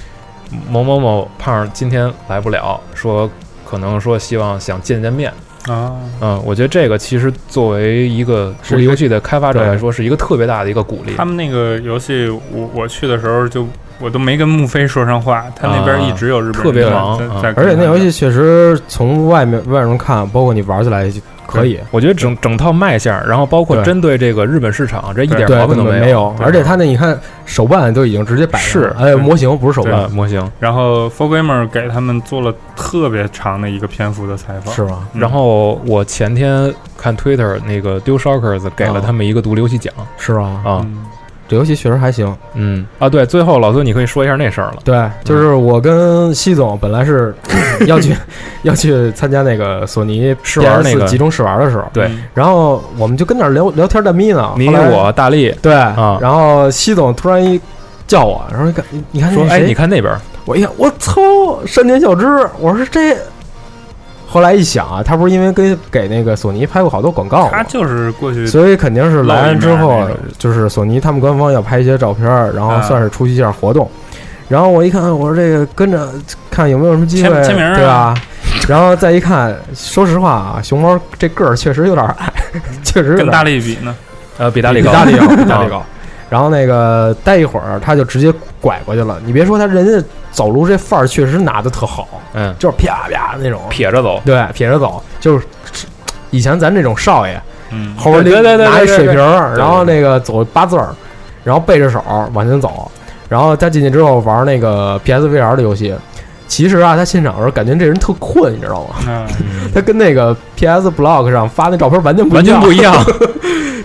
S4: 某某某胖儿今天来不了，说可能说希望想见见面。
S8: 啊，
S4: 嗯，我觉得这个其实作为一个
S9: 是
S4: 独立
S9: 一个
S4: 游戏的开发者来说，是一个特别大的一个鼓励。
S8: 他们那个游戏，我我去的时候就我都没跟穆飞说上话，他那
S9: 啊
S8: 边一直有日本人
S4: 特别忙
S8: 在
S4: 啊
S8: 在，
S9: 而且那游戏确实从外面外面看，包括你玩起来就可以，
S4: 嗯我觉得整整套卖相，然后包括
S9: 对
S4: 针对这个日本市场，这一点
S9: 对，
S4: 毛病
S9: 根
S4: 都
S9: 本
S4: 没
S9: 没有。而且它那你看手办都已经直接摆上了
S4: 是
S9: 哎，模型不是手
S4: 对
S9: 办
S4: 吧模型。
S8: 然后 f o r Gamer 给他们做了特别长的一个篇幅的采访，
S9: 是吗？
S8: 嗯
S4: 然后我前天看 Twitter 那个 d u Shockers 给
S9: 嗯
S4: 了他们一个独立游戏奖
S9: 是吗？
S4: 啊，
S8: 嗯
S9: 这游戏确实还行。
S4: 嗯啊，对，最后老孙你可以说一下那事儿了。
S9: 对，就是我跟西总本来 是要去要去参加那个索尼
S4: 试玩那个
S9: PS4 集中试玩的时候，
S4: 对
S8: 嗯
S9: 然后我们就跟那儿聊聊天蛋逼呢。
S4: 你
S9: 后来
S4: 我大力
S9: 对，
S4: 啊
S9: 然后西总突然一叫我，然后你看你你看
S4: 说，
S9: 那
S4: 哎，
S9: 谁
S4: 你看那边，
S9: 我一看，我操，山田孝之，我说这。后来一想啊，他不是因为跟给那个索尼拍过好多广告
S8: 他
S9: 吗？
S8: 就是过去
S9: 所以肯定是来完之
S8: 露一
S9: 后
S8: 面那种，
S9: 就是索尼他们官方要拍一些照片儿，然后
S8: 啊
S9: 算是出席一下活动。然后我一看，我说这个跟着看有没有什么机会
S8: 签签名啊
S9: 对吧？然后再一看，说实话啊，熊猫这个儿确实有点矮， 确实有
S8: 跟
S9: 点
S8: 大力比呢，
S4: 呃，比大力
S9: 比
S4: 高，
S9: 大力高， 比大力
S4: 啊
S9: 高。然后那个待一会儿，他就直接拐过去了。你别说他，人家走路这范儿确实拿的特好，
S4: 嗯，
S9: 就是啪啪那种，
S4: 撇着走，
S9: 对，撇着走，就是以前咱这种少爷
S8: 嗯，
S9: 后边
S4: 对
S9: 拎
S4: 对对对
S9: 拿一
S4: 对
S9: 水
S4: 对
S9: 瓶儿，
S4: 对
S9: 然后那个走八字儿，然后背着手往前走，然后他进去之后玩那个 PSVR 的游戏。其实啊，他现场的时候感觉这人特困，你知道吗？
S8: 嗯
S9: 他跟那个 PS Blog 上发那照片完全不
S4: 完
S9: 一
S4: 全
S9: 样，
S4: 不一样，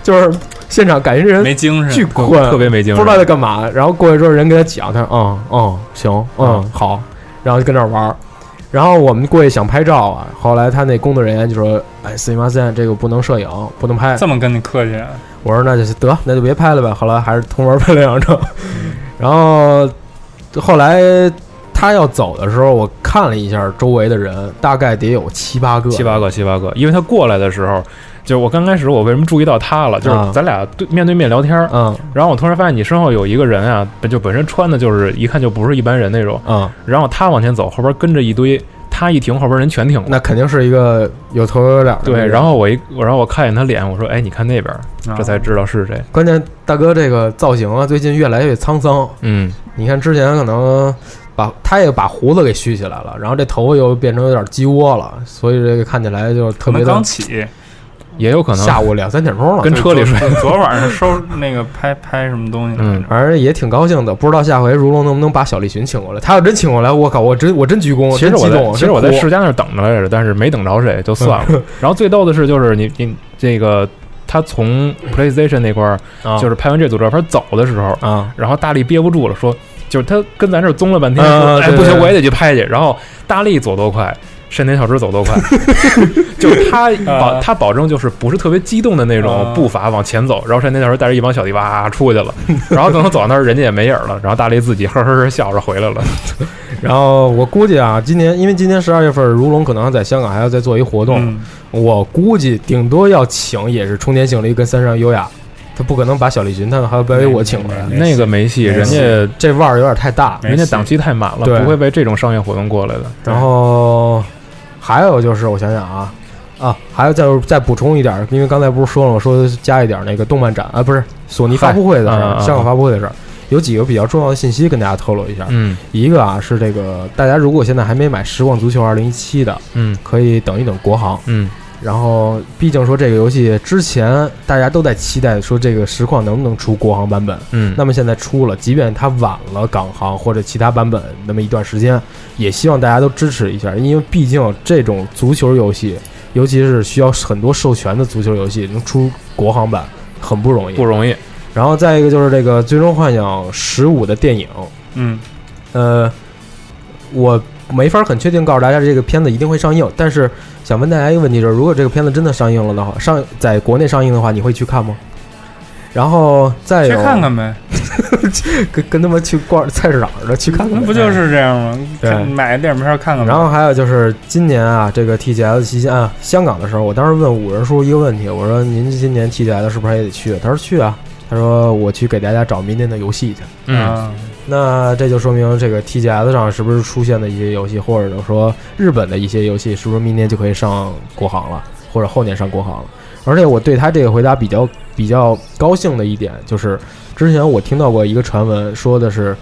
S9: 就是现场感觉这人
S8: 没精
S9: 嗯巨
S8: 神，
S9: 困，
S4: 特别没精
S9: 不
S4: 神
S9: 知。道在干嘛。然后过去之后，人跟他讲，他说嗯嗯行嗯好，然后就跟那儿玩儿。然后我们过去想拍照啊，后来他那工作人员就说：“哎，四零八三，这个不能摄影，不能拍。”
S8: 这么跟你客气啊，
S9: 我说那就得那就别拍了呗。后来还是同门拍了两张， 然后后来他要走的时候，我看了一下周围的人，大概得有七八个，
S4: 七八个，七八个，因为他过来的时候，就是我刚开始我为什么注意到他了，就
S9: 啊
S4: 是咱俩对面对面聊天儿，
S9: 嗯，
S4: 然后我突然发现你身后有一个人啊，本就本身穿的就是一看就不是一般人那种，
S9: 嗯
S4: 然后他往前走，后边跟着一堆，他一停后边人全停了。
S9: 那肯定是一个有头有脸的
S4: 对，
S9: 人
S4: 然后我一我然后我看一眼他脸，我说哎，你看那边儿，这才
S8: 啊
S4: 知道是谁。
S9: 关键大哥这个造型啊，最近越来越沧桑。
S4: 嗯，
S9: 你看之前可能把他也把胡子给蓄起来了，然后这头发又变成有点鸡窝了，所以这个看起来就特
S8: 可
S9: 别
S8: 能
S9: 的
S8: 刚起，
S4: 也有可能
S9: 下午两三点钟了。
S4: 跟
S8: 对
S4: 车里
S8: 昨
S4: 睡。
S8: 昨 晚上收那个拍拍什么东西，
S4: 嗯，
S9: 反正也挺高兴的，不知道下回如龙能不能把小栗旬请过来。他要真请过来，我靠，我真我真鞠躬，
S4: 其实
S9: 真
S4: 我
S9: 激
S4: 在
S9: 动，
S4: 其实我在
S9: 真哭
S4: 世家那儿等着来着，但是没等着谁，就算 了。然后最逗的是，就是你你这个他从 PlayStation 那块儿，
S9: 啊
S4: 就是拍完这组照片走的时候，
S9: 啊，
S4: 然后大力憋不住了，说就是他跟咱这儿综了半天，
S9: 啊
S4: 说哎
S9: 对
S4: 不行
S9: 对
S4: 我也得去拍去。然后大力走多快，山田小之走 多快，就是他保
S8: 啊
S4: 他保证就是不是特别激动的那种
S8: 啊
S4: 步伐往前走，然后山田小之带着一帮小弟哇出去了，然后等他走到那儿人家也没影儿了，然后大力自己呵呵呵笑着回 来了。
S9: 然后我估计啊，今年因为今年十二月份，如龙可能在香港还要再做一活动，
S8: 嗯，
S9: 我估计顶多要请也是冲田杏梨跟三上优雅，他不可能把小栗旬他们还有白尾我请过来，
S4: 那个没戏，人家
S9: 这腕儿有点太大。
S8: 没
S4: 人家
S8: 戏
S4: 档期太满了，
S9: 对
S4: 不会为这种商业活动过来的。
S9: 然后还有就是我想想啊。啊，还要再再补充一点儿，因为刚才不是说了吗，我说加一点儿那个动漫展啊，不是索尼发布会的事
S4: 嗨
S9: 儿，
S4: 嗯嗯
S9: 香港发布会的事儿，有几个比较重要的信息跟大家透露一下。
S4: 嗯
S9: 一个啊是这个，大家如果现在还没买《实况足球2017》的，
S4: 嗯
S9: 可以等一等国行。
S4: 嗯，
S9: 然后，毕竟说这个游戏之前大家都在期待说这个实况能不能出国行版本，
S4: 嗯
S9: 那么现在出了，即便它晚了港行或者其他版本那么一段时间，也希望大家都支持一下，因为毕竟这种足球游戏，尤其是需要很多授权的足球游戏，能出国行版很不容易
S4: 不。容易。
S9: 然后再一个就是这个《最终幻想十五》的电影，
S8: 嗯，
S9: 呃，我没法很确定告诉大家这个片子一定会上映，但是想问大家一个问题，就是如果这个片子真的上映了的话，上在国内上映的话，你会去看吗？然后再
S8: 去
S9: 有
S8: 看看呗，
S9: 跟跟他们去逛菜市场似的，去看
S8: 那
S9: 看，
S8: 不就是这样吗？
S9: 对
S8: 看买个电影票看看呗。
S9: 然后还有就是今年啊，这个 TGS 期间啊，香港的时候，我当时问五人叔一个问题，我说您今年 TGS 是不是还得去？他说去啊，他说我去给大家找明年的游戏去。
S4: 嗯，
S8: 啊，
S9: 那这就说明这个 TGS 上是不是出现的一些游戏，或者说日本的一些游戏，是不是明年就可以上国行了，或者后年上国行了？而且我对他这个回答比较比较高兴的一点就是，之前我听到过一个传闻，说的是，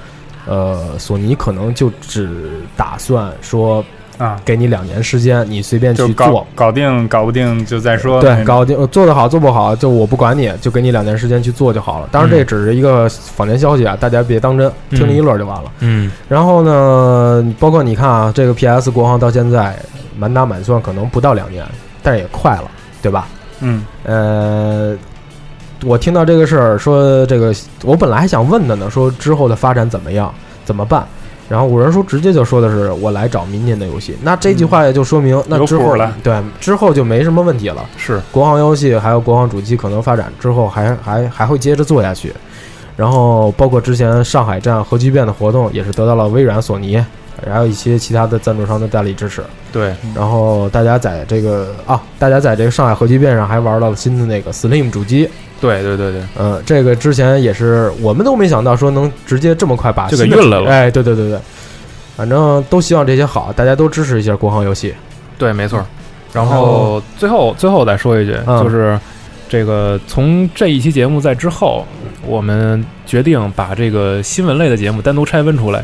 S9: 呃，索尼可能就只打算说
S8: 啊
S9: 给你两年时间，你随便
S8: 就
S9: 去
S8: 搞
S9: 做。
S8: 搞定，搞不定就再说。
S9: 对，搞定做得好做不好，就我不管你，就给你两年时间去做就好了。当然，这
S4: 嗯
S9: 只是一个坊间消息啊，大家别当真，听了一乐就完了。
S4: 嗯，
S9: 然后呢，包括你看啊，这个 PS 国行到现在满打满算可能不到两年，但是也快了，对吧？
S8: 嗯，
S9: 呃，我听到这个事儿，说这个我本来还想问的呢，说之后的发展怎么样，怎么办？然后五人叔直接就说的是我来找明年的游戏，那这句话也就说明、那
S8: 有
S9: 之
S8: 谱
S9: 后
S8: 了
S9: 对之后就没什么问题了。
S8: 是
S9: 国行游戏还有国行主机可能发展之后还还还会接着做下去，然后包括之前上海站核聚变的活动也是得到了微软、索尼，还有一些其他的赞助商的大力支持。
S4: 对，
S9: 然后大家在这个啊，大家在这个上海核聚变上还玩到了新的那个 Slim 主机，
S4: 对对对对，
S9: 嗯，这个之前也是我们都没想到说能直接这么快把
S4: 就给
S9: 新的
S4: 运来了
S9: 哎，对对对对，反正都希望这些好，大家都支持一下国行游戏。
S4: 对，没错儿。
S9: 然
S4: 然后
S9: 后
S4: 最后最后再说一句，
S9: 嗯
S4: 就是这个从这一期节目在之后，我们决定把这个新闻类的节目单独拆分出来。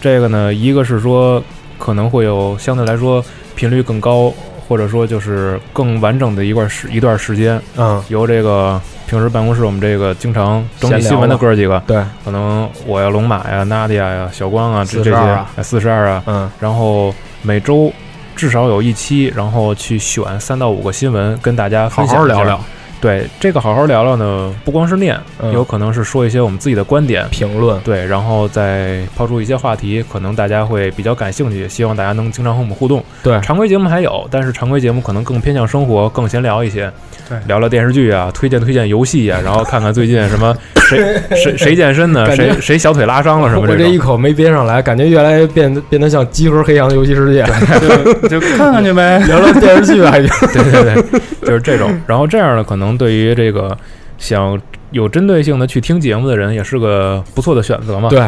S4: 这个呢，一个是说可能会有相对来说频率更高，或者说就是更完整的一段时一段时间，
S9: 嗯，
S4: 由这个平时办公室我们这个经常整理
S9: 闲聊
S4: 新闻的
S9: 嘛
S4: 哥儿几个，
S9: 对，
S4: 可能我呀、龙马呀、娜迪亚呀、小光啊这这
S9: 42啊
S4: 些四十二啊，
S9: 嗯
S4: 然后每周至少有一期，然后去选三到五个新闻跟大家分享
S9: 好好
S4: 一下
S9: 聊聊。
S4: 对这个好好聊聊呢，不光是念，
S9: 嗯
S4: 有可能是说一些我们自己的观点，
S9: 评论，
S4: 对，然后再抛出一些话题，可能大家会比较感兴趣，希望大家能经常和我们互动。
S9: 对
S4: 常规节目还有，但是常规节目可能更偏向生活，更闲聊一些，
S8: 对
S4: 聊聊电视剧啊，推荐推荐游戏啊，然后看看最近 什么谁谁谁健身呢，
S9: 感觉
S4: 谁谁小腿拉伤了什么
S9: 我这
S4: 种
S9: 一。口没憋上来，感觉越来越变得变得像鸡和黑羊的游戏世界，
S8: 就就看看 去呗。
S9: 聊聊电视剧吧，已经。
S4: 对对对，就是这种。然后这样呢，可能对于这个想有针对性的去听节目的人，也是个不错的选择嘛。。
S9: 对，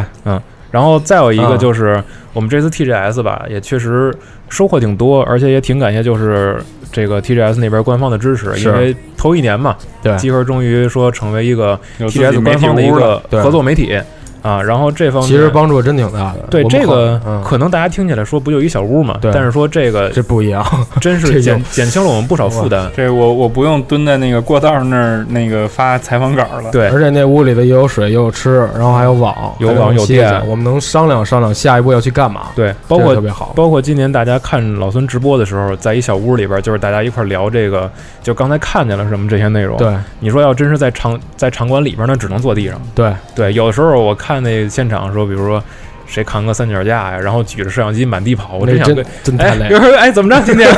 S4: 然后再有一个
S9: 嗯
S4: 就是，我们这次 TGS 吧，也确实收获挺多，而且也挺感谢就是这个 TGS 那边官方的支持，
S9: 是
S4: 因为头一年嘛，
S9: 对
S4: 集合终于说成为一个
S8: 有自己
S4: TGS
S8: 媒
S4: 官
S8: 体
S4: 方的一
S8: 屋了
S4: 个
S9: 对
S4: 合作媒体啊。然后这方面
S9: 其实帮助真挺大的。
S4: 对
S9: 我们
S4: 这个
S9: 好嗯
S4: 可能大家听起来说不就一小屋嘛，
S9: 对
S4: 但是说这个
S9: 这不一样，
S4: 真
S9: 这
S4: 是
S9: 就
S4: 减减轻了我们不少负担。
S8: 这我我不用蹲在那个过道那儿那个发采访稿了。嗯
S4: 对，
S9: 而且那屋里头又有水又有吃，然后还有网，
S4: 有
S9: 还
S4: 网
S9: 能
S4: 有
S9: 歇
S4: 电
S9: 歇我们能商量商量下一步要去干嘛，
S4: 对，包
S9: 这个
S4: 括
S9: 特别好。
S4: 包括今年大家看老孙直播的时候，在一小屋里边，就是大家一块聊这个，就刚才看见了什么这些内容。，
S9: 对
S4: 你说要真是在场在场馆里边，那只能坐地上。
S9: 对，
S4: 对，有的时候我看那现场说，比如说谁扛个三脚架呀，然后举着摄像机满地跑，我
S9: 那
S4: 真想
S9: 真
S4: 跟
S9: 真太
S4: 哎，
S9: 累
S4: 有
S9: 了。
S4: 人说哎怎么着今天，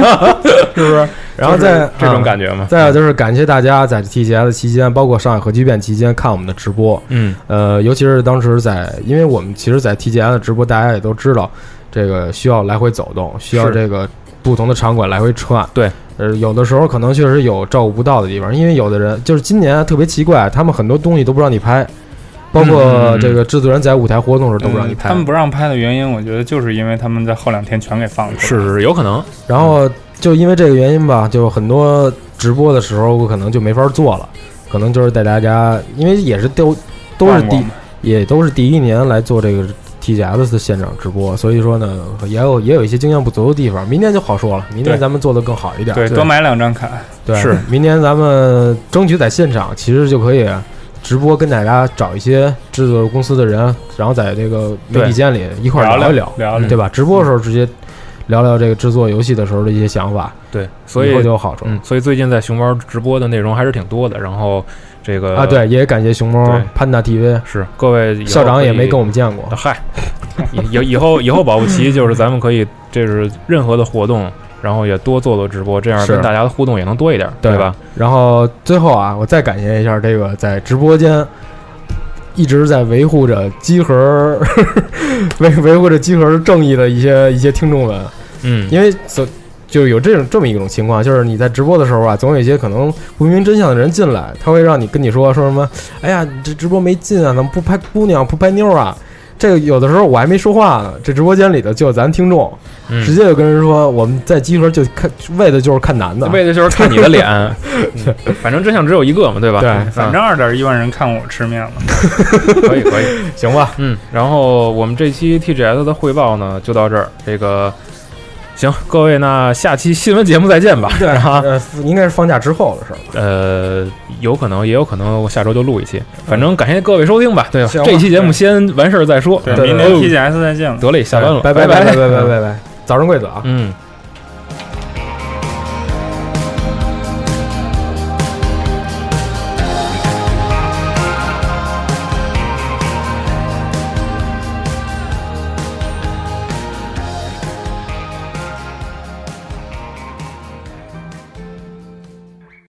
S4: 是不是？
S9: 然后
S4: 就是
S9: 再
S4: 这
S9: 嗯
S4: 种感觉嘛。
S9: 再有就是感谢大家在 TGS 期间，包括上海核聚变期间看我们的直播，
S4: 嗯，
S9: 呃，尤其是当时在，因为我们其实，在 TGS 的直播，大家也都知道，这个需要来回走动，需要
S4: 是
S9: 这个不同的场馆来回串。
S4: 对，
S9: 呃，有的时候可能确实有照顾不到的地方，因为有的人就是今年啊特别奇怪，他们很多东西都不让你拍，包括
S4: 嗯嗯嗯
S9: 这个制作人在舞台活动时候都不让你
S8: 嗯
S9: 拍。
S8: 他们不让拍的原因，我觉得就是因为他们在后两天全给放出来
S4: 是是是有可能。
S9: 然后就因为这个原因吧，就很多直播的时候我可能就没法做了，可能就是带大家，因为也是都都是
S8: 逛
S9: 第
S8: 逛嘛
S9: 也都是第一年来做这个 TGS 的现场直播，所以说呢，也有也有一些经验不足的地方。明年就好说了，明年
S8: 对
S9: 咱们做得更好一点。
S8: 对，多买两张卡。
S9: 对，
S4: 是
S9: 明年咱们争取在现场，其实就可以啊直播跟大家找一些制作公司的人，然后在这个媒体间里一块儿
S8: 聊
S9: 一
S8: 聊
S9: 聊，
S8: 聊
S4: 嗯
S9: 对吧？直播的时候直接聊聊这个制作游戏的时候的一些想法，
S4: 对，所
S9: 以
S4: 以
S9: 后就有好处。
S4: 嗯，所以最近在熊猫直播的内容还是挺多的。然后这个
S9: 啊，对，也感谢熊猫
S4: 对
S9: 潘达 TV
S4: 是各位以后
S9: 校长也
S4: 可以
S9: 没跟我们见过，
S4: 嗨，以以以后以后保不齐就是咱们可以，这是任何的活动，然后也多做做直播，这样
S9: 是
S4: 跟大家的互动也能多一点，
S9: 对
S4: 对吧？
S9: 然后最后啊，我再感谢一下这个在直播间一直在维护着机核儿 维维护着机核儿正义的一些一些听众们，
S4: 嗯，
S9: 因为所就有这种这么一种情况，就是你在直播的时候啊，总有一些可能不明真相的人进来，他会让你跟你说说什么，哎呀，你这直播没劲啊，怎么不拍姑娘不拍妞啊？这个有的时候我还没说话呢，这直播间里头就有咱听众，
S4: 嗯
S9: 直接就跟人说我们在集合就看为的就是看男的，
S4: 为的就是看你的脸， 嗯反正真相只有一个嘛，对吧？
S9: 对
S4: 嗯
S8: 反正二点一万人看我吃面了。
S4: 可以可 以。
S9: 行吧？
S4: 嗯，然后我们这期 TGS 的汇报呢就到这儿。这个行，各位那下期新闻节目再见吧。
S9: 对
S4: 啊，
S9: 呃，应该是放假之后的事儿吧。
S4: 呃，有可能也有可能我下周就录一期，反正感谢各位收听吧。对吧
S9: 行？吧
S4: 这期节目先完事儿再说。哦
S8: 对，
S9: 对
S8: 明
S9: 对
S8: 年 TGS 再见了。
S4: 得嘞，下班了，
S9: 拜
S4: 拜
S9: 拜拜拜拜拜拜，早生贵子啊！
S4: 嗯，